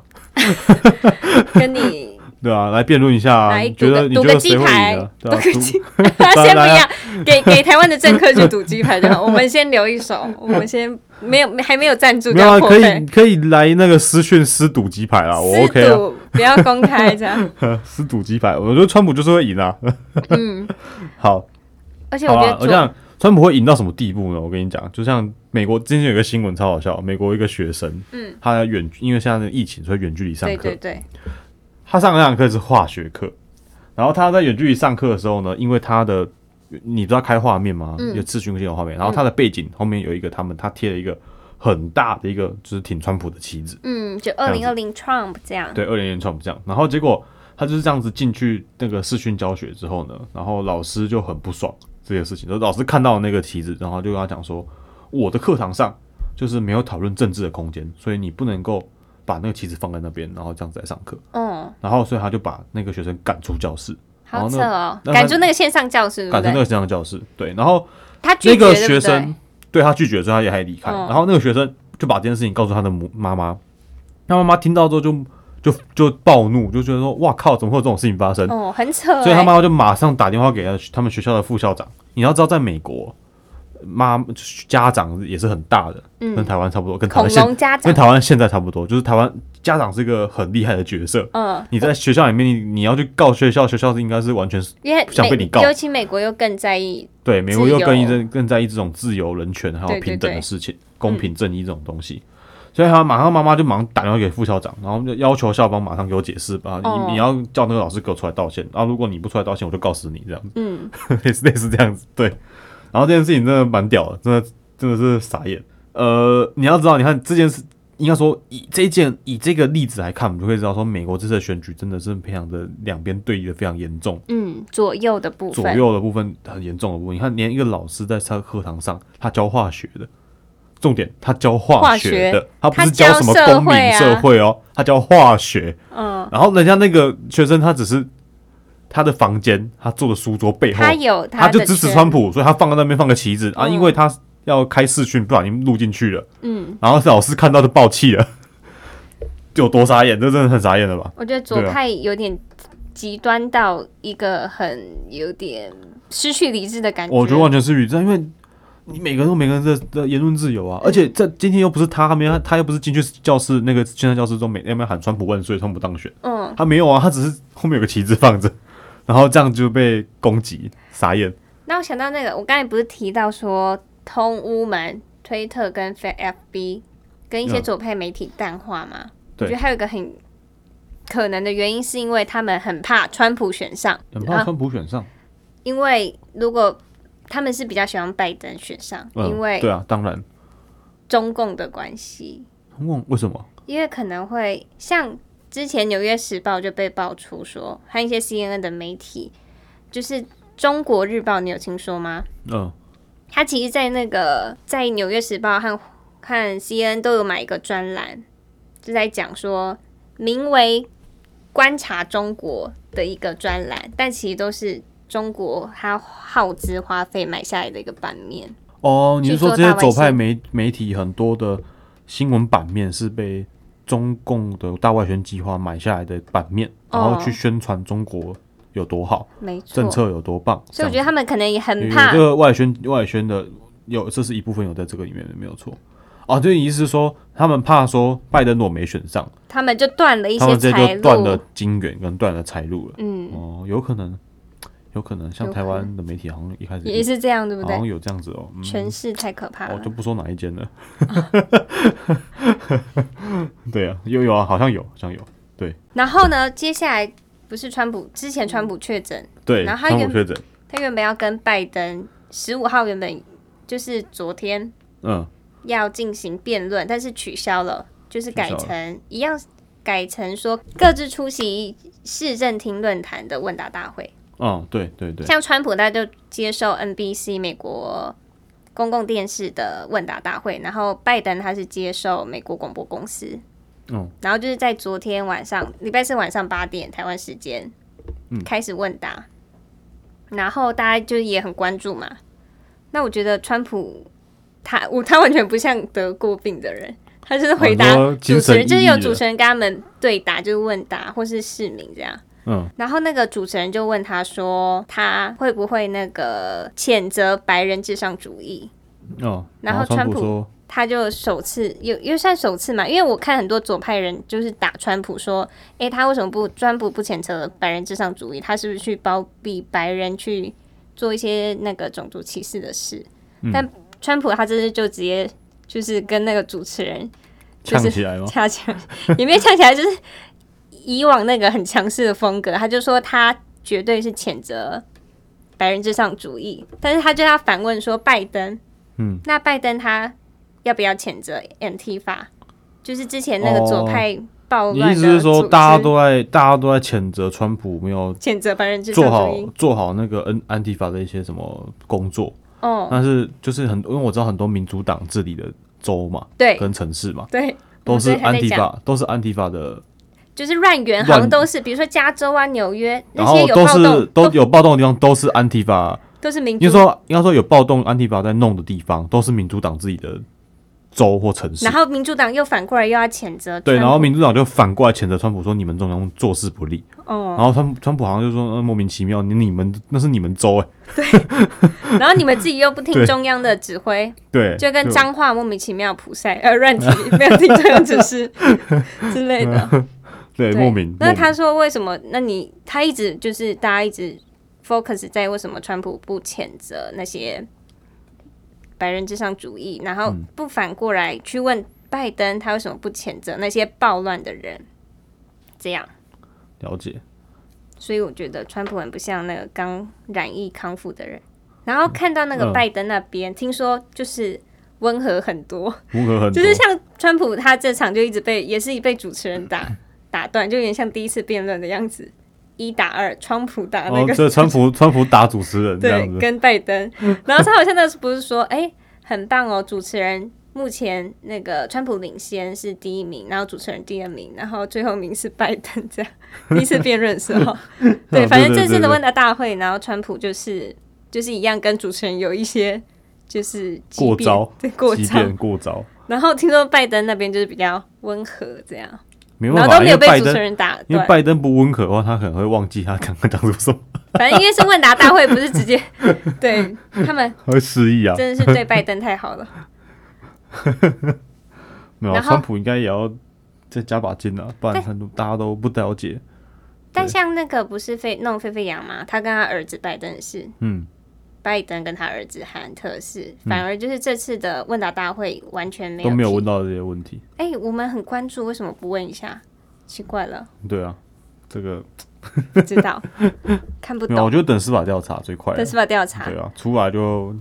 Speaker 1: 跟你
Speaker 2: 对啊，来辩论一下、啊，
Speaker 1: 来
Speaker 2: 你
Speaker 1: 赌
Speaker 2: 觉
Speaker 1: 个
Speaker 2: 得你
Speaker 1: 赌
Speaker 2: 觉
Speaker 1: 个
Speaker 2: 得谁
Speaker 1: 鸡
Speaker 2: 会
Speaker 1: 排
Speaker 2: 赢啊，？
Speaker 1: 赌
Speaker 2: 对啊，
Speaker 1: 个
Speaker 2: 赌
Speaker 1: 鸡， 先不
Speaker 2: 来
Speaker 1: 一样，给给台湾的政客去赌鸡排 就好。我们先留一手，我们先没有还没有赞助，不
Speaker 2: 没有、
Speaker 1: 要
Speaker 2: 啊、
Speaker 1: 破
Speaker 2: 可以
Speaker 1: 费
Speaker 2: 可以来那个私讯私赌鸡排啦，我
Speaker 1: 私
Speaker 2: OK 啊。
Speaker 1: 赌不要公开这 样。
Speaker 2: 是赌鸡排，我觉得川普就是会赢啊。
Speaker 1: 嗯，
Speaker 2: 好，
Speaker 1: 而且
Speaker 2: 好
Speaker 1: 我觉
Speaker 2: 啦
Speaker 1: 得，
Speaker 2: 我
Speaker 1: 昨
Speaker 2: 想川普会赢到什么地步呢？我跟你讲，就像美国之前有个新闻超好笑，美国一个学生，
Speaker 1: 嗯，
Speaker 2: 他远因为现在的疫情，所以远距离上
Speaker 1: 对
Speaker 2: 课，
Speaker 1: 对对，
Speaker 2: 他上那堂课是化学课，然后他在远距离上课的时候呢，因为他的你知道开画面吗？
Speaker 1: 嗯
Speaker 2: 有资讯性有画面，然后他的背景后面有一个他们他贴了一个很大的一个就是挺川普的旗子。
Speaker 1: 嗯，就
Speaker 2: 样
Speaker 1: 二
Speaker 2: 子
Speaker 1: 零二零 Trump 这样，
Speaker 2: 对，二零年 Trump 这样，然后结果他就是这样子进去那个视讯教学之后呢，然后老师就很不爽这个事情，就老师看到那个旗子，然后就跟他讲说，我的课堂上就是没有讨论政治的空间，所以你不能够把那个旗子放在那边，然后这样子来上课，
Speaker 1: 嗯，
Speaker 2: 然后所以他就把那个学生赶出教室，然
Speaker 1: 好
Speaker 2: 后
Speaker 1: 扯
Speaker 2: 那
Speaker 1: 哦，
Speaker 2: 那
Speaker 1: 赶
Speaker 2: 他
Speaker 1: 出那个线上教室，对
Speaker 2: 赶
Speaker 1: 不
Speaker 2: 出那个
Speaker 1: 对？
Speaker 2: 这样的教室，对，然后
Speaker 1: 他拒
Speaker 2: 那
Speaker 1: 绝
Speaker 2: 个
Speaker 1: 对
Speaker 2: 学
Speaker 1: 不对
Speaker 2: 生？对他拒绝，所以他也还离开。
Speaker 1: 嗯
Speaker 2: 然后那个学生就把这件事情告诉他的母妈妈。他妈妈听到之后就就就暴怒，就觉得说哇靠，怎么会有这种事情发生？
Speaker 1: 哦，很扯、欸。
Speaker 2: 嗯所以他妈妈就马上打电话给他他们学校的副校长。你要知道，在美国，妈家长也是很大的，
Speaker 1: 嗯
Speaker 2: 跟台湾差不多，跟台
Speaker 1: 恐
Speaker 2: 湾现
Speaker 1: 龙家长
Speaker 2: 跟，台湾现在差不多，就是台湾家长是一个很厉害的角色。
Speaker 1: 嗯，
Speaker 2: 你在学校里面，你你要去告学校，学校是应该是完全是
Speaker 1: 因为
Speaker 2: 想被
Speaker 1: 美
Speaker 2: 你告
Speaker 1: 尤其美国又更在意，
Speaker 2: 对美国又更一
Speaker 1: 自
Speaker 2: 更更在意这种自由、人权还
Speaker 1: 对对
Speaker 2: 有平等
Speaker 1: 对嗯
Speaker 2: 的事情，公平正义这种东西。所以他马上妈妈就马上打电话给副校长，然后就要求校方马上给我解释吧，
Speaker 1: 哦
Speaker 2: 你你要叫那个老师给我出来道歉，然后如果你不出来道歉，我就告死你这样子，
Speaker 1: 嗯，
Speaker 2: 类似类似这样子。对，然后这件事情真的蛮屌的，真的真的是傻眼。呃，你要知道，你看这件事，应该说以这一件以这个例子来看，我们就可以知道说，美国这次的选举真的是非常的两边对立的非常严重。
Speaker 1: 嗯，左右的部
Speaker 2: 左
Speaker 1: 分，
Speaker 2: 右的部分很严重的部分。你看，连一个老师在他课堂上，他教化学的，重点他教化学的，他不是教什么公民社会哦，他教化学。
Speaker 1: 嗯，
Speaker 2: 然后人家那个学生，他只是他的房间，他坐的书桌背后，
Speaker 1: 他有
Speaker 2: 他就
Speaker 1: 的
Speaker 2: 支持
Speaker 1: 圈
Speaker 2: 川，普，所以他放在那边放个旗子啊，
Speaker 1: 嗯
Speaker 2: 因为他要开视讯，不小心录进去了，
Speaker 1: 嗯，
Speaker 2: 然后老师看到就爆气了， 有多傻眼？这真的很傻眼了吧？
Speaker 1: 我觉得左
Speaker 2: 对啊
Speaker 1: 派有点极端到一个很有点失去理智的感
Speaker 2: 我觉得完全是宇宙，因为你每个人都有每个人的的言论自由啊，而且这今天又不是他没有他又不是进去教室那个现在教室中每天要喊川普万岁，川普当选，
Speaker 1: 嗯，
Speaker 2: 他没有啊，他只是后面有个旗帜放着，然后这样就被攻击，傻眼。
Speaker 1: 那我想到那个，我刚才不是提到说通乌门、推特跟 F B 跟一些
Speaker 2: 嗯
Speaker 1: 左派媒体淡化吗？
Speaker 2: 对
Speaker 1: 我觉得还有一个很可能的原因，是因为他们很怕川普选上，
Speaker 2: 很
Speaker 1: 然
Speaker 2: 怕
Speaker 1: 后
Speaker 2: 川普选上，
Speaker 1: 因为如果他们是比较喜欢拜登选上，
Speaker 2: 嗯，
Speaker 1: 因为
Speaker 2: 对啊，当然，
Speaker 1: 中共的关系，
Speaker 2: 中共为什么？
Speaker 1: 因为可能会像之前《纽约时报》就被爆出说，还有一些 CNN 的媒体，就是《中国日报》，你有听说吗？
Speaker 2: 嗯，
Speaker 1: 他其实，在那个在《纽约时报和》和 CNN 都有买一个专栏，就在讲说名为“观察中国”的一个专栏，但其实都是中国他耗资花费买下来的一个版面。
Speaker 2: 哦，你
Speaker 1: 去
Speaker 2: 是说
Speaker 1: 做
Speaker 2: 这些
Speaker 1: 大外
Speaker 2: 左派
Speaker 1: 宣
Speaker 2: 媒媒体很多的新闻版面是被中共的大外宣计划买下来的版面，然后去
Speaker 1: 哦
Speaker 2: 宣传中国有多好，
Speaker 1: 没错
Speaker 2: 政，策有多棒。
Speaker 1: 所以我觉得
Speaker 2: 得
Speaker 1: 他们可能也很
Speaker 2: 有
Speaker 1: 怕
Speaker 2: 这，个外宣外宣的有，这是一部分有在这个里面的，没有错。哦，对，你意思是说他们怕说拜登如果没选上，
Speaker 1: 他们就断了一
Speaker 2: 他们
Speaker 1: 些
Speaker 2: 这
Speaker 1: 财
Speaker 2: 就断了
Speaker 1: 路。
Speaker 2: 金源跟断了财路了。
Speaker 1: 嗯，
Speaker 2: 哦，有可能，有可能，像
Speaker 1: 有
Speaker 2: 台
Speaker 1: 可
Speaker 2: 湾的媒体好像一开始
Speaker 1: 也是这样，对不
Speaker 2: 好像
Speaker 1: 对？
Speaker 2: 有这样子哦，嗯
Speaker 1: 全是啊太可怕
Speaker 2: 我
Speaker 1: 了
Speaker 2: 就。不说哪 一间了。对啊，有有啊，好像有，好像有。
Speaker 1: 然后呢，接下来不是川普之前川普确诊，
Speaker 2: 对，
Speaker 1: 然后还有
Speaker 2: 川
Speaker 1: 一
Speaker 2: 普
Speaker 1: 个
Speaker 2: 确诊，
Speaker 1: 他原本要跟拜登十五号原本就是昨天
Speaker 2: 嗯，
Speaker 1: 要进行辩论，但是取消了，就是改
Speaker 2: 取
Speaker 1: 成一样改成说各自出席市政厅论坛的问答大会。
Speaker 2: 哦，对对对，
Speaker 1: 像川普他就接受 NBC 美国公共电视的问答大会，然后拜登他是接受美国广播公司。
Speaker 2: 嗯，
Speaker 1: 然后就是在昨天晚上，礼拜四晚上八点台湾时间，
Speaker 2: 嗯
Speaker 1: 开始问答，然后大家就也很关注嘛。那我觉得川普他我他完全不像得过病的人，他就是回答
Speaker 2: 很多
Speaker 1: 主
Speaker 2: 精
Speaker 1: 持
Speaker 2: 神
Speaker 1: 人，就是
Speaker 2: 奕奕
Speaker 1: 有
Speaker 2: 的
Speaker 1: 主持人跟他们对答，就是问答或是市民这样。
Speaker 2: 嗯，
Speaker 1: 然后那个主持人就问他说，他会不会那个谴责白人至上主义？
Speaker 2: 哦，
Speaker 1: 然后
Speaker 2: 后川
Speaker 1: 川普
Speaker 2: 说，
Speaker 1: 他就首次有，因为算首次嘛，因为我看很多左派人就是打川普说，诶，他为什么不川普不谴责白人至上主义？他是不是去包庇白人去做一些那个种族歧视的事？但川普他这次就直接就是跟那个主持人就
Speaker 2: 呛
Speaker 1: 是
Speaker 2: 起来 吗？
Speaker 1: 掐起来，也没有掐起来，就是以往那个很强势的风格，他就说他绝对是谴责白人至上主义，但是他就要反问说拜登，
Speaker 2: 嗯，哦
Speaker 1: 那拜登他要不要谴责 NT 法？啊就是之前那个左派暴
Speaker 2: 你
Speaker 1: 乱的
Speaker 2: 意思
Speaker 1: 组织、
Speaker 2: 是说，大家都在大家都在谴责川普没有
Speaker 1: 谴责白人至上
Speaker 2: 做好
Speaker 1: 主义？
Speaker 2: 做好那个安安迪法的一些什么工作？
Speaker 1: 哦，
Speaker 2: 但是就是很，因为我知道很多民主党治理的州嘛，
Speaker 1: 对
Speaker 2: 跟城市嘛，
Speaker 1: 对，
Speaker 2: 都是
Speaker 1: 我们昨天还
Speaker 2: 安
Speaker 1: 在
Speaker 2: 迪
Speaker 1: 讲
Speaker 2: 法，都是安迪法的
Speaker 1: 就是乱源好像
Speaker 2: 乱
Speaker 1: 都是，比如说加州啊、纽约那
Speaker 2: 然
Speaker 1: 些
Speaker 2: 后
Speaker 1: 有
Speaker 2: 都
Speaker 1: 暴
Speaker 2: 是
Speaker 1: 动，
Speaker 2: 都有暴动的地方都是安提法，
Speaker 1: 都是民
Speaker 2: 应该
Speaker 1: 主
Speaker 2: 说应该说有暴动安提法在弄的地方都是民主党自己的州或城市
Speaker 1: 然。后民主党又反过来又要谴责川普，
Speaker 2: 对，然后民主党就反过来谴责川普说你们中央做事不力，然
Speaker 1: 哦，
Speaker 2: 后川普川普好像就说、呃、莫名其妙，你你们那是你们州哎、
Speaker 1: 然后你们自己又不听
Speaker 2: 对
Speaker 1: 中央的指挥，
Speaker 2: 对，
Speaker 1: 就跟脏话莫名其妙普赛呃乱提，没有听中央指 示之类的。
Speaker 2: 对
Speaker 1: 对
Speaker 2: 莫名，
Speaker 1: 那
Speaker 2: 莫名
Speaker 1: 他说为什么？那你他一直就是大家一直 focus 在为什么川普不谴责那些白人至上主义，然
Speaker 2: 嗯
Speaker 1: 后不反过来去问拜登他为什么不谴责那些暴乱的人？这样，
Speaker 2: 了解，
Speaker 1: 所以我觉得川普很不像那个刚染疫康复的人。然后看到那个
Speaker 2: 嗯
Speaker 1: 拜登那边，听说就是温和很多，
Speaker 2: 如何很
Speaker 1: 就
Speaker 2: 多
Speaker 1: 是像川普他这场就一直被也是被主持人 打打断，就有点像第一次辩论的样子，一打二，川普打那
Speaker 2: 哦
Speaker 1: 个，
Speaker 2: 这川普川普打主持人这
Speaker 1: 对
Speaker 2: 样子，
Speaker 1: 跟拜登，然后他好像那时不是说哎、很棒哦，主持人目前那个川普领先是第一名，然后主持人第二名，然后最后名是拜登这样， 第一次辩论的时 候，
Speaker 2: 哦
Speaker 1: 对，反正正式的问答大会，然后川普就是就是一样跟主持人有一些就是激
Speaker 2: 过
Speaker 1: 辩
Speaker 2: 招，
Speaker 1: 对过
Speaker 2: 即
Speaker 1: 招。
Speaker 2: 便过招，
Speaker 1: 然后听说拜登那边就是比较温和这样，
Speaker 2: 没
Speaker 1: 然
Speaker 2: 办
Speaker 1: 后
Speaker 2: 法，
Speaker 1: 都
Speaker 2: 因
Speaker 1: 没
Speaker 2: 为
Speaker 1: 有
Speaker 2: 拜
Speaker 1: 被主持
Speaker 2: 登。
Speaker 1: 人打
Speaker 2: 因
Speaker 1: 断
Speaker 2: 为。拜登不温和的话，他可能会忘记他刚刚讲出什么，
Speaker 1: 反正因为是问答大会，不是直接 对他们
Speaker 2: 他会失忆啊。
Speaker 1: 真的是对拜登太好了。
Speaker 2: 没有啊，
Speaker 1: 然后
Speaker 2: 川普应该也要再加把劲啊，不然很多大家都不了解。
Speaker 1: 但像那个不是沸弄沸沸扬嘛，他跟他儿子拜登是
Speaker 2: 嗯，
Speaker 1: 拜登跟他儿子韩特是，反而就是这次的问答大会完全没有
Speaker 2: 都没有
Speaker 1: 提
Speaker 2: 问。到这些问题。
Speaker 1: 哎、我们很关注，为什么不问一下？奇怪 了，
Speaker 2: 对啊，这个
Speaker 1: 不知 道，看不
Speaker 2: 没有啊，
Speaker 1: 懂。
Speaker 2: 我觉得等司法调查最快了。
Speaker 1: 但是吧，调查
Speaker 2: 对啊，出来就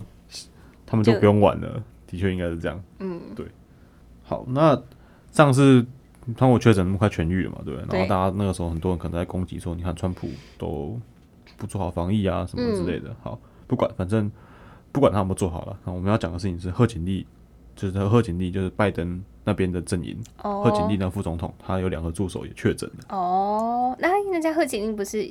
Speaker 2: 他们就
Speaker 1: 就
Speaker 2: 不用玩了，的确应该是这样。嗯，对。好，那上次川普确诊那么快痊愈了嘛，对不对？
Speaker 1: 对
Speaker 2: 然后大家那个时候很多人可能在攻击说，你看川普都不做好防疫啊什么之类的。好，不管，反正不管他有没有做好了，那我们要讲的事情是贺锦丽，就是贺锦丽就是拜登那边的阵营，贺锦丽
Speaker 1: 哦
Speaker 2: 那副总统，他有两个助手也确诊了。
Speaker 1: 哦，那人家贺锦丽不是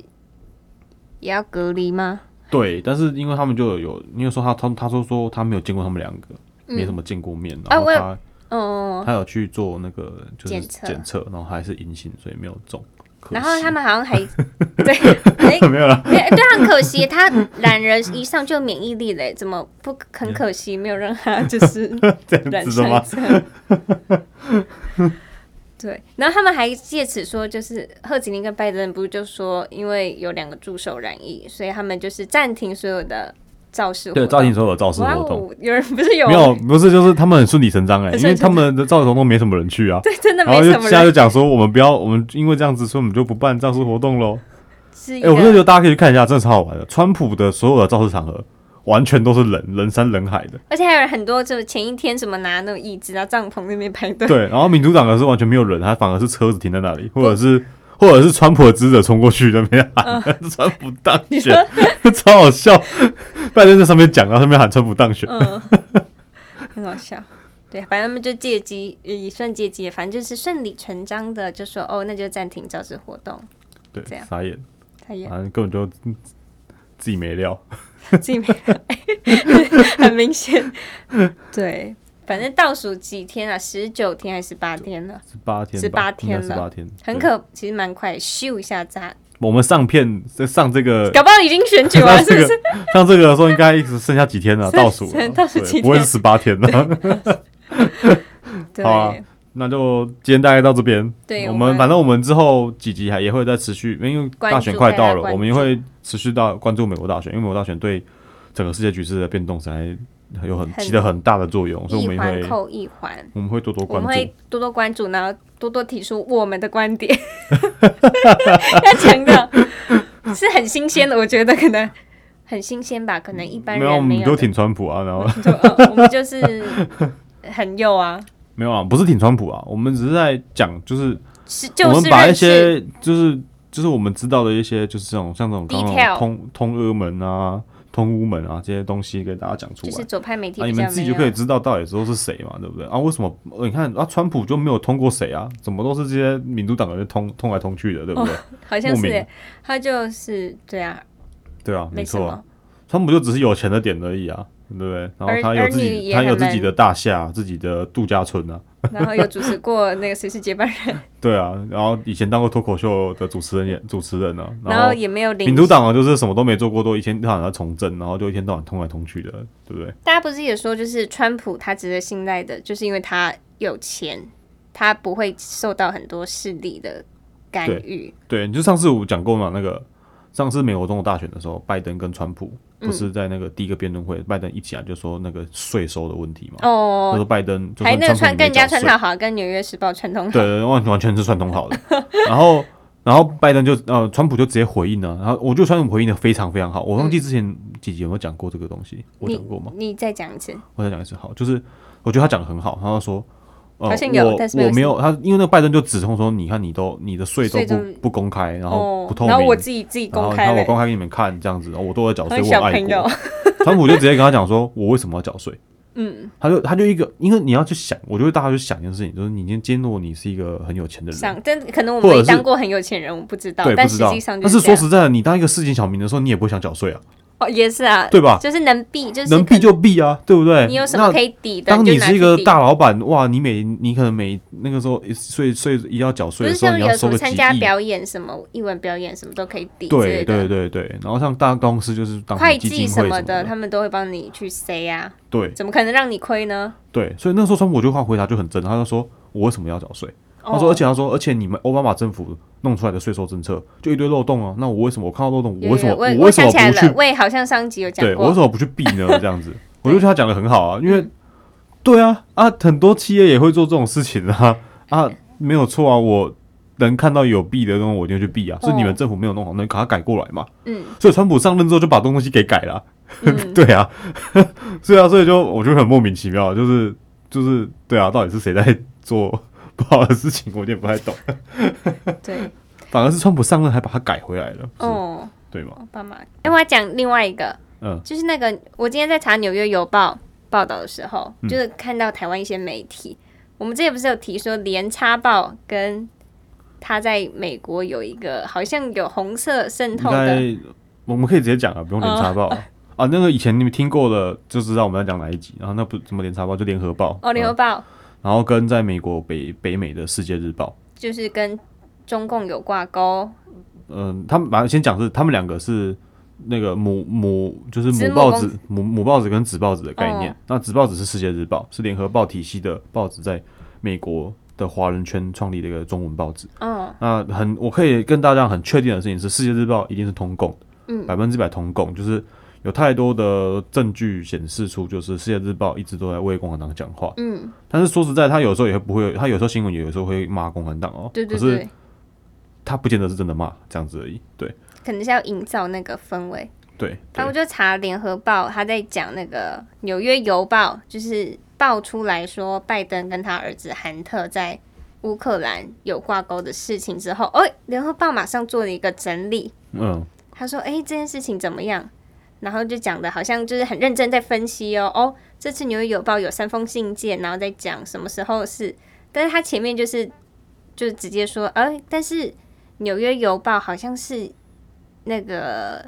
Speaker 1: 也要隔离吗？
Speaker 2: 对，但是因为他们就有有，因为说他他他说说他没有见过他们两个，没怎么见过面，然
Speaker 1: 啊
Speaker 2: 后
Speaker 1: 我有
Speaker 2: 他。
Speaker 1: 嗯，
Speaker 2: 他有去做那个就是
Speaker 1: 检测
Speaker 2: 检测，然后还是阴性，所以没有中。可
Speaker 1: 然后
Speaker 2: 惜
Speaker 1: 他们好像还 对，哎、
Speaker 2: 没有了，
Speaker 1: 对，对，很可惜，他染人一上就免疫力嘞，怎么不很可惜没有让他就是
Speaker 2: 这
Speaker 1: 染
Speaker 2: 样子
Speaker 1: 上
Speaker 2: 的吗？
Speaker 1: 这？对，然后他们还借此说，就是贺锦丽跟拜登不是就说，因为有两个助手染疫，所以他们就是暂停所有的造势活
Speaker 2: 对，
Speaker 1: 动。
Speaker 2: 赵婷所有造势
Speaker 1: 哇
Speaker 2: 活动，
Speaker 1: 哦，有人不是有
Speaker 2: 没有不是就是他们很顺理 成章哎、
Speaker 1: 很
Speaker 2: 因
Speaker 1: 顺
Speaker 2: 为
Speaker 1: 理
Speaker 2: 他
Speaker 1: 成
Speaker 2: 们的造势活动没什么人去啊。
Speaker 1: 对，真的
Speaker 2: 然
Speaker 1: 没
Speaker 2: 后就
Speaker 1: 什么
Speaker 2: 现在就
Speaker 1: 人
Speaker 2: 讲说，我们不要，我们因为这样子，所以我们就不办造势活动喽。
Speaker 1: 质疑
Speaker 2: 哎、我真的
Speaker 1: 的
Speaker 2: 觉得大家可以去看一下，真的超好玩的。川普的所有的造势场合，完全都是人，人山人海的。
Speaker 1: 而且还有人很多，就是前一天什么拿那种椅子啊、帐篷那边排队，
Speaker 2: 对，然后民主党的是完全没有人，他反而是车子停在那里，或者是或者是川普的支持者冲过去那边喊、
Speaker 1: 嗯
Speaker 2: 川普当选， 超好笑。拜登在上面讲，然后上面喊川普当选，
Speaker 1: 嗯，很好笑。对，反正他们就借机，也算借机，反正就是顺理成章的就说，哦，那就暂停造势活动。
Speaker 2: 对
Speaker 1: 这样，
Speaker 2: 傻眼，
Speaker 1: 他也
Speaker 2: 反正根本就嗯自己没料。
Speaker 1: 自己没来很明显。对，反正倒数几天啊，十九天还是八天了，
Speaker 2: 十八天吧，
Speaker 1: 18天
Speaker 2: 十
Speaker 1: 了
Speaker 2: 八天，
Speaker 1: 很
Speaker 2: 对。
Speaker 1: 可，其实蛮快，咻一下炸，
Speaker 2: 我们上片在上这 个。
Speaker 1: 搞不好已经选举完
Speaker 2: 上
Speaker 1: 了，是
Speaker 2: 这
Speaker 1: 不
Speaker 2: 个
Speaker 1: 是？
Speaker 2: 上这个的时候，应该只剩下几天了，
Speaker 1: 剩
Speaker 2: 倒数了，
Speaker 1: 剩倒数
Speaker 2: 对
Speaker 1: 几
Speaker 2: 不会是
Speaker 1: 天
Speaker 2: 十八天了。
Speaker 1: 对
Speaker 2: 好啊那就今天大概到这边。
Speaker 1: 对
Speaker 2: 我
Speaker 1: 我
Speaker 2: 们
Speaker 1: 们
Speaker 2: 反正我们之后几集还也会再持续，因为
Speaker 1: 关注
Speaker 2: 大选快到
Speaker 1: 大家
Speaker 2: 了，
Speaker 1: 关注
Speaker 2: 我们也会持续到关注美国大选，因为美国大选对整个世界局势的变动才有很
Speaker 1: 很
Speaker 2: 起了很大的作 用，所以我
Speaker 1: 一
Speaker 2: 们
Speaker 1: 环
Speaker 2: 也会
Speaker 1: 扣一环。
Speaker 2: 我们会多多
Speaker 1: 我
Speaker 2: 关
Speaker 1: 们
Speaker 2: 注
Speaker 1: 会。多多关注，然后多多提出我们的观点。要强调是很新鲜的，我觉得可能很新鲜吧，可能一般
Speaker 2: 没有，我
Speaker 1: 人没
Speaker 2: 们
Speaker 1: 有
Speaker 2: 就
Speaker 1: 的。
Speaker 2: 挺川普啊，然后
Speaker 1: 就呃我们就是很幼啊，
Speaker 2: 没有啊，不是挺川普啊，我们只是在讲，就是
Speaker 1: 是
Speaker 2: 我
Speaker 1: 就
Speaker 2: 们
Speaker 1: 是
Speaker 2: 把一
Speaker 1: 认识
Speaker 2: 些就是就是我们知道的一些就是这种像这种刚刚那种
Speaker 1: Detail
Speaker 2: 通通俄门啊、通乌门啊这些东西给大家讲出
Speaker 1: 就
Speaker 2: 来。
Speaker 1: 是左派媒体
Speaker 2: 啊，你
Speaker 1: 比较
Speaker 2: 们自
Speaker 1: 没
Speaker 2: 己就可以
Speaker 1: 有。
Speaker 2: 知道到底都是谁嘛，对不对？啊，为什么？呃你看啊，川普就没有通过谁啊？怎么都是这些民主党的人通通来通去的，对不对？
Speaker 1: 哦好像
Speaker 2: 莫
Speaker 1: 是
Speaker 2: 名
Speaker 1: 耶，他就是对啊，
Speaker 2: 对啊，没
Speaker 1: 没什
Speaker 2: 错啊、
Speaker 1: 么。
Speaker 2: 川普就只是有钱的点而已啊，对不对？然
Speaker 1: 而
Speaker 2: 后他有自
Speaker 1: 而你
Speaker 2: 己，
Speaker 1: 也
Speaker 2: 他
Speaker 1: 很
Speaker 2: 有自己
Speaker 1: 难
Speaker 2: 的大厦，自己的度假村啊，
Speaker 1: 然后有主持过那个谁是接班人，
Speaker 2: 对啊。然后以前当过脱口秀的主持人也，主持人啊，
Speaker 1: 然后
Speaker 2: 后
Speaker 1: 也没有领
Speaker 2: 民主党啊，就是什么都没做过，都一天到晚在从政，然后就一天到晚通来通去的，对不对？
Speaker 1: 大家不是也说，就是川普他值得信赖的，就是因为他有钱，他不会受到很多势力的干预。
Speaker 2: 对，你就上次我讲过嘛，那个上次美国总统大选的时候，拜登跟川普不是
Speaker 1: 嗯
Speaker 2: 在那个第一个辩论会，拜登一起来就说那个税收的问题嘛，他
Speaker 1: 哦，
Speaker 2: 说拜登就
Speaker 1: 还
Speaker 2: 算
Speaker 1: 那个
Speaker 2: 川
Speaker 1: 穿
Speaker 2: 普
Speaker 1: 跟
Speaker 2: 也
Speaker 1: 人
Speaker 2: 没缴
Speaker 1: 家
Speaker 2: 税
Speaker 1: 穿，套好，跟《纽约时报》串通好。
Speaker 2: 对，完完全是串通好的。然后，然后拜登就呃，川普就直接回应了，然后我觉得川普回应的非常非常好，我忘记之前几集有没有讲过这个东西，
Speaker 1: 嗯
Speaker 2: 我
Speaker 1: 你
Speaker 2: 讲过吗？
Speaker 1: 你再讲一次，
Speaker 2: 我再讲一次，好，就是我觉得他讲的很好，他说。呃
Speaker 1: 好像有
Speaker 2: 我
Speaker 1: 但是没有
Speaker 2: 我没有他，因为那个拜登就指控说，你看你都你的税都
Speaker 1: 税都
Speaker 2: 不不公开，然后
Speaker 1: 哦
Speaker 2: 不，透明，
Speaker 1: 然后我自己自己
Speaker 2: 然
Speaker 1: 公
Speaker 2: 后
Speaker 1: 开
Speaker 2: 他我
Speaker 1: 了，
Speaker 2: 公开给你们看，这样子，我都在缴税，
Speaker 1: 我
Speaker 2: 我
Speaker 1: 小
Speaker 2: 爱
Speaker 1: 朋友
Speaker 2: 国。川普就直接跟他讲说， 我为什么要缴税？嗯，他就他就一个，因为你要去想，我觉得大家去想一件事情，就是你今天今天如果你是一个很有钱的人，
Speaker 1: 想，但可能我
Speaker 2: 或者
Speaker 1: 们
Speaker 2: 是
Speaker 1: 当过很有钱人，我不知道
Speaker 2: 对，，不
Speaker 1: 但
Speaker 2: 知
Speaker 1: 实
Speaker 2: 道
Speaker 1: 际上，就
Speaker 2: 但是
Speaker 1: 这
Speaker 2: 说
Speaker 1: 样
Speaker 2: 实在的，你当一个市井小民的时候，你也不会想缴税啊，
Speaker 1: 哦，也是啊，
Speaker 2: 对吧？
Speaker 1: 就是能避，就是
Speaker 2: 能避
Speaker 1: 可
Speaker 2: 就避啊，对不对？
Speaker 1: 你有什么
Speaker 2: 那
Speaker 1: 可以抵的，
Speaker 2: 当
Speaker 1: 就
Speaker 2: 你
Speaker 1: 拿
Speaker 2: 是一
Speaker 1: 去
Speaker 2: 个
Speaker 1: 抵
Speaker 2: 大老板，哇，你每你可能每那个时候税税一要缴
Speaker 1: 不
Speaker 2: 税
Speaker 1: 是
Speaker 2: 的时候，
Speaker 1: 像
Speaker 2: 你
Speaker 1: 有
Speaker 2: 要
Speaker 1: 什
Speaker 2: 收
Speaker 1: 么
Speaker 2: 个
Speaker 1: 参
Speaker 2: 几
Speaker 1: 加
Speaker 2: 亿，
Speaker 1: 表演什么英文表演什么都可以抵之
Speaker 2: 对
Speaker 1: 类的
Speaker 2: 对对对。然后像大公司就是当
Speaker 1: 会
Speaker 2: 基
Speaker 1: 计
Speaker 2: 金会
Speaker 1: 什么的，
Speaker 2: 的，
Speaker 1: 他们都会帮你去塞啊，
Speaker 2: 对，
Speaker 1: 怎么可能让你亏呢？
Speaker 2: 对，所以那时候川普就话回答就很真，他就说我为什么要缴税？他
Speaker 1: 哦
Speaker 2: 说，而且他说，而且你们奥巴马政府弄出来的税收政策就一堆漏洞啊，那我为什么我看到漏洞，
Speaker 1: 有
Speaker 2: 我为什么
Speaker 1: 哦有我
Speaker 2: 为什
Speaker 1: 想
Speaker 2: 么
Speaker 1: 起来
Speaker 2: 不
Speaker 1: 了，
Speaker 2: 去？
Speaker 1: 喂，好像上集有讲
Speaker 2: 对，我
Speaker 1: 过
Speaker 2: 为
Speaker 1: 嗯
Speaker 2: 什，么不去避呢？这 样子，我就觉得他讲的很好啊，因为对啊啊，很多企业也会做这种事情啊啊，没有错啊，我能看到有避的东西，我就去避啊，是你们
Speaker 1: 哦
Speaker 2: 政府没有弄好，能把它改过来嘛？
Speaker 1: 嗯
Speaker 2: 所以川普上任之后就把东西给改了啊、
Speaker 1: 嗯，
Speaker 2: 对啊，所以啊，所以就我觉得很莫名其妙，就是就是对啊，到底是谁在做 不好的事情，我有点不太懂。
Speaker 1: 对，
Speaker 2: 反而是川普上任还把它改回来了，不是
Speaker 1: 哦，
Speaker 2: 对吗？
Speaker 1: 奥巴马。哎，我要讲另外一个，
Speaker 2: 嗯
Speaker 1: 就是那个我今天在查《纽约邮报》报道的时候，
Speaker 2: 嗯
Speaker 1: 就是看到台湾一些媒体，我们之前不是有提说《连插报》跟他在美国有一个好像有红色渗
Speaker 2: 应
Speaker 1: 透的，哦
Speaker 2: 该我们可以直接讲啊，不用连插 报啊。啊，那个以前你们听过的，就知道我们要讲哪一集。然后那不什么联插报，就联合报
Speaker 1: 哦，《联合
Speaker 2: 嗯
Speaker 1: 报》
Speaker 2: 然后跟在美国北北美的世界日报，
Speaker 1: 就是跟中共有挂钩，
Speaker 2: 嗯，他们反正先讲是他们两个是那个母母就是
Speaker 1: 子
Speaker 2: 母
Speaker 1: 母
Speaker 2: 报
Speaker 1: 公
Speaker 2: 纸母母报纸跟子报纸的概念。
Speaker 1: 哦
Speaker 2: 那子报纸是世界日报，是联合报体系的报纸，在美国的华人圈创立的一个中文报纸。
Speaker 1: 嗯，
Speaker 2: 那很我可以跟大家很确定的事情是，世界日报一定是通共，
Speaker 1: 嗯
Speaker 2: 百分之百通共，就是。有太多的证据显示出，就是世界日报一直都在为共产党讲话。
Speaker 1: 嗯，
Speaker 2: 但是说实在，他有时候也会不会，他有时候新闻也有时候会骂共产党哦。
Speaker 1: 对对
Speaker 2: 可是
Speaker 1: 对，
Speaker 2: 他不见得是真的骂，这样子而已。对
Speaker 1: 可能是要营造那个氛围。
Speaker 2: 对。
Speaker 1: 然
Speaker 2: 对
Speaker 1: 后我就查《联合报》，他在讲那个《纽约邮报》，就是爆出来说拜登跟他儿子韩特在乌克兰有挂钩的事情之后，哦，《联合报》马上做了一个整理，
Speaker 2: 嗯，
Speaker 1: 他说：“哎、这件事情怎么样？”然后就讲的好像就是很认真在分析哦。哦，这次《纽约邮报》有三封信件，然后再讲什么时候是，但是他前面就是就直接说，哎、但是《纽约邮报》好像是那个。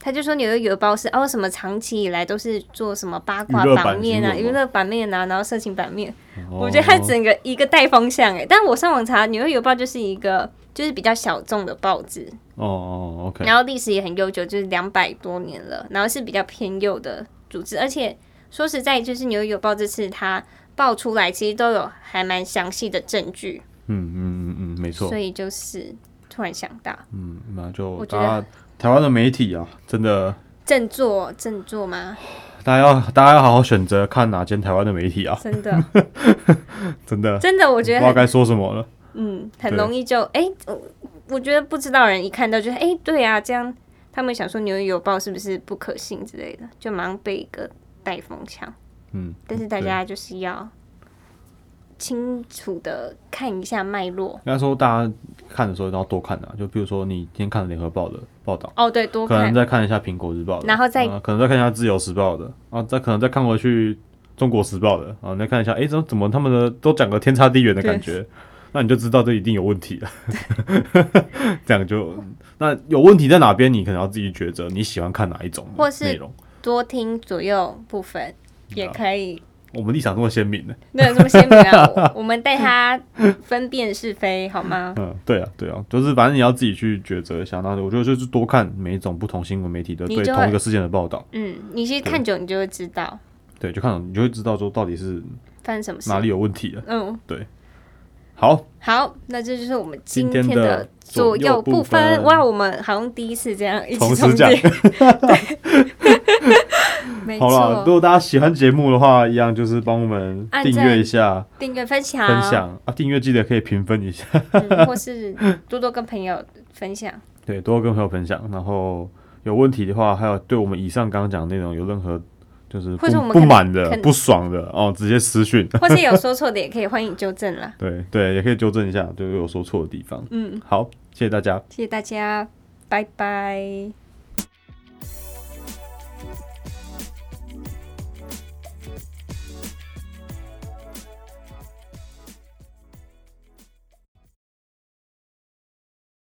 Speaker 1: 他就说《纽约邮报是》哦什么长期以来都是做什么八卦
Speaker 2: 娱乐版
Speaker 1: 版面啊、
Speaker 2: 新闻
Speaker 1: 娱
Speaker 2: 吗哦
Speaker 1: 乐版面啊，然后色情版面，
Speaker 2: 我
Speaker 1: 我觉得它整个一个带风向哎。但我上网查，《纽约邮报》就是一个就是比较小众的报纸，
Speaker 2: 哦哦，OK，
Speaker 1: 然后历史也很悠久，就是两百多年了，然后是比较偏右的组织，而且说实在，就是《纽约邮报》这次它爆出来，其实都有还蛮详细的证据，
Speaker 2: 嗯嗯嗯嗯，没错
Speaker 1: 所，以就是突然想到
Speaker 2: 嗯，那就
Speaker 1: 我觉
Speaker 2: 大
Speaker 1: 得
Speaker 2: 家台湾的媒体啊，真的
Speaker 1: 振作振作吗？
Speaker 2: 大家要大家要好好选择看哪间台湾的媒体啊，
Speaker 1: 真 的
Speaker 2: 真的
Speaker 1: 真的，我
Speaker 2: 不知
Speaker 1: 觉得
Speaker 2: 道
Speaker 1: 很
Speaker 2: 该说什么了。
Speaker 1: 嗯很
Speaker 2: 对
Speaker 1: 容易就哎、我我觉得不知道人一看到就是哎、对啊，这样他们想说《纽约邮报》是不是不可信之类的，就马上被一个带风向。
Speaker 2: 嗯，
Speaker 1: 但是大家就是要清楚的看一下脉络。
Speaker 2: 应该说大家看的时候要多看啊，就比如说你今天看了联合报的报道，
Speaker 1: 哦，对，多
Speaker 2: 可能
Speaker 1: 看。
Speaker 2: 再看一下苹果日报的，
Speaker 1: 然后再
Speaker 2: 啊可能再看一下自由时报的，啊，再可能再看回去中国时报的，啊，你再看一下，诶，怎么怎么他们的都讲个天差地远的感觉，那你就知道这一定有问题了。 这样就那有问题在哪边，你可能要自己抉择你喜欢看哪一种
Speaker 1: 或是
Speaker 2: 内容。
Speaker 1: 多听左右部分
Speaker 2: 嗯
Speaker 1: 也可以。
Speaker 2: 我们立场这么鲜明呢？
Speaker 1: 那有这么鲜明啊？ 我我们带他分辨是非好吗？
Speaker 2: 嗯，对啊，对啊，就是反正你要自己去抉择一下。那我觉得就是多看每一种不同新闻媒体的
Speaker 1: 你
Speaker 2: 对
Speaker 1: 就
Speaker 2: 同
Speaker 1: 会
Speaker 2: 一个事件的报道，
Speaker 1: 嗯，你其实看久你就会知道
Speaker 2: 对，就看到你就会知道说到底是
Speaker 1: 发生什么事
Speaker 2: 哪。里有问题了。
Speaker 1: 嗯，
Speaker 2: 好，
Speaker 1: 好，那这就是我们今
Speaker 2: 今天的
Speaker 1: 的左右部
Speaker 2: 左右部分
Speaker 1: 哇，我们好像第一次这样一
Speaker 2: 同
Speaker 1: 起
Speaker 2: 时
Speaker 1: 重
Speaker 2: 讲
Speaker 1: 叠。 没
Speaker 2: 好了，如
Speaker 1: 错，
Speaker 2: 果大家喜欢节目的话，一样就是帮我们
Speaker 1: 按赞
Speaker 2: 订阅一下、
Speaker 1: 订阅分享，
Speaker 2: 分享啊，订阅记得可以评分一下，
Speaker 1: 嗯，或是多多跟朋友分享。
Speaker 2: 对，多跟朋友分享。然后有问题的话，还有对我们以上刚刚讲的内容有任何就是不
Speaker 1: 或者我们
Speaker 2: 不
Speaker 1: 可能
Speaker 2: 满的
Speaker 1: 可、能
Speaker 2: 不爽的哦，直接私讯。
Speaker 1: 或是有说错的也可以欢迎纠正啦。
Speaker 2: 对对，也可以纠正一下，就是有说错的地方。
Speaker 1: 嗯，
Speaker 2: 好，谢谢大家。
Speaker 1: 谢谢大家，拜拜。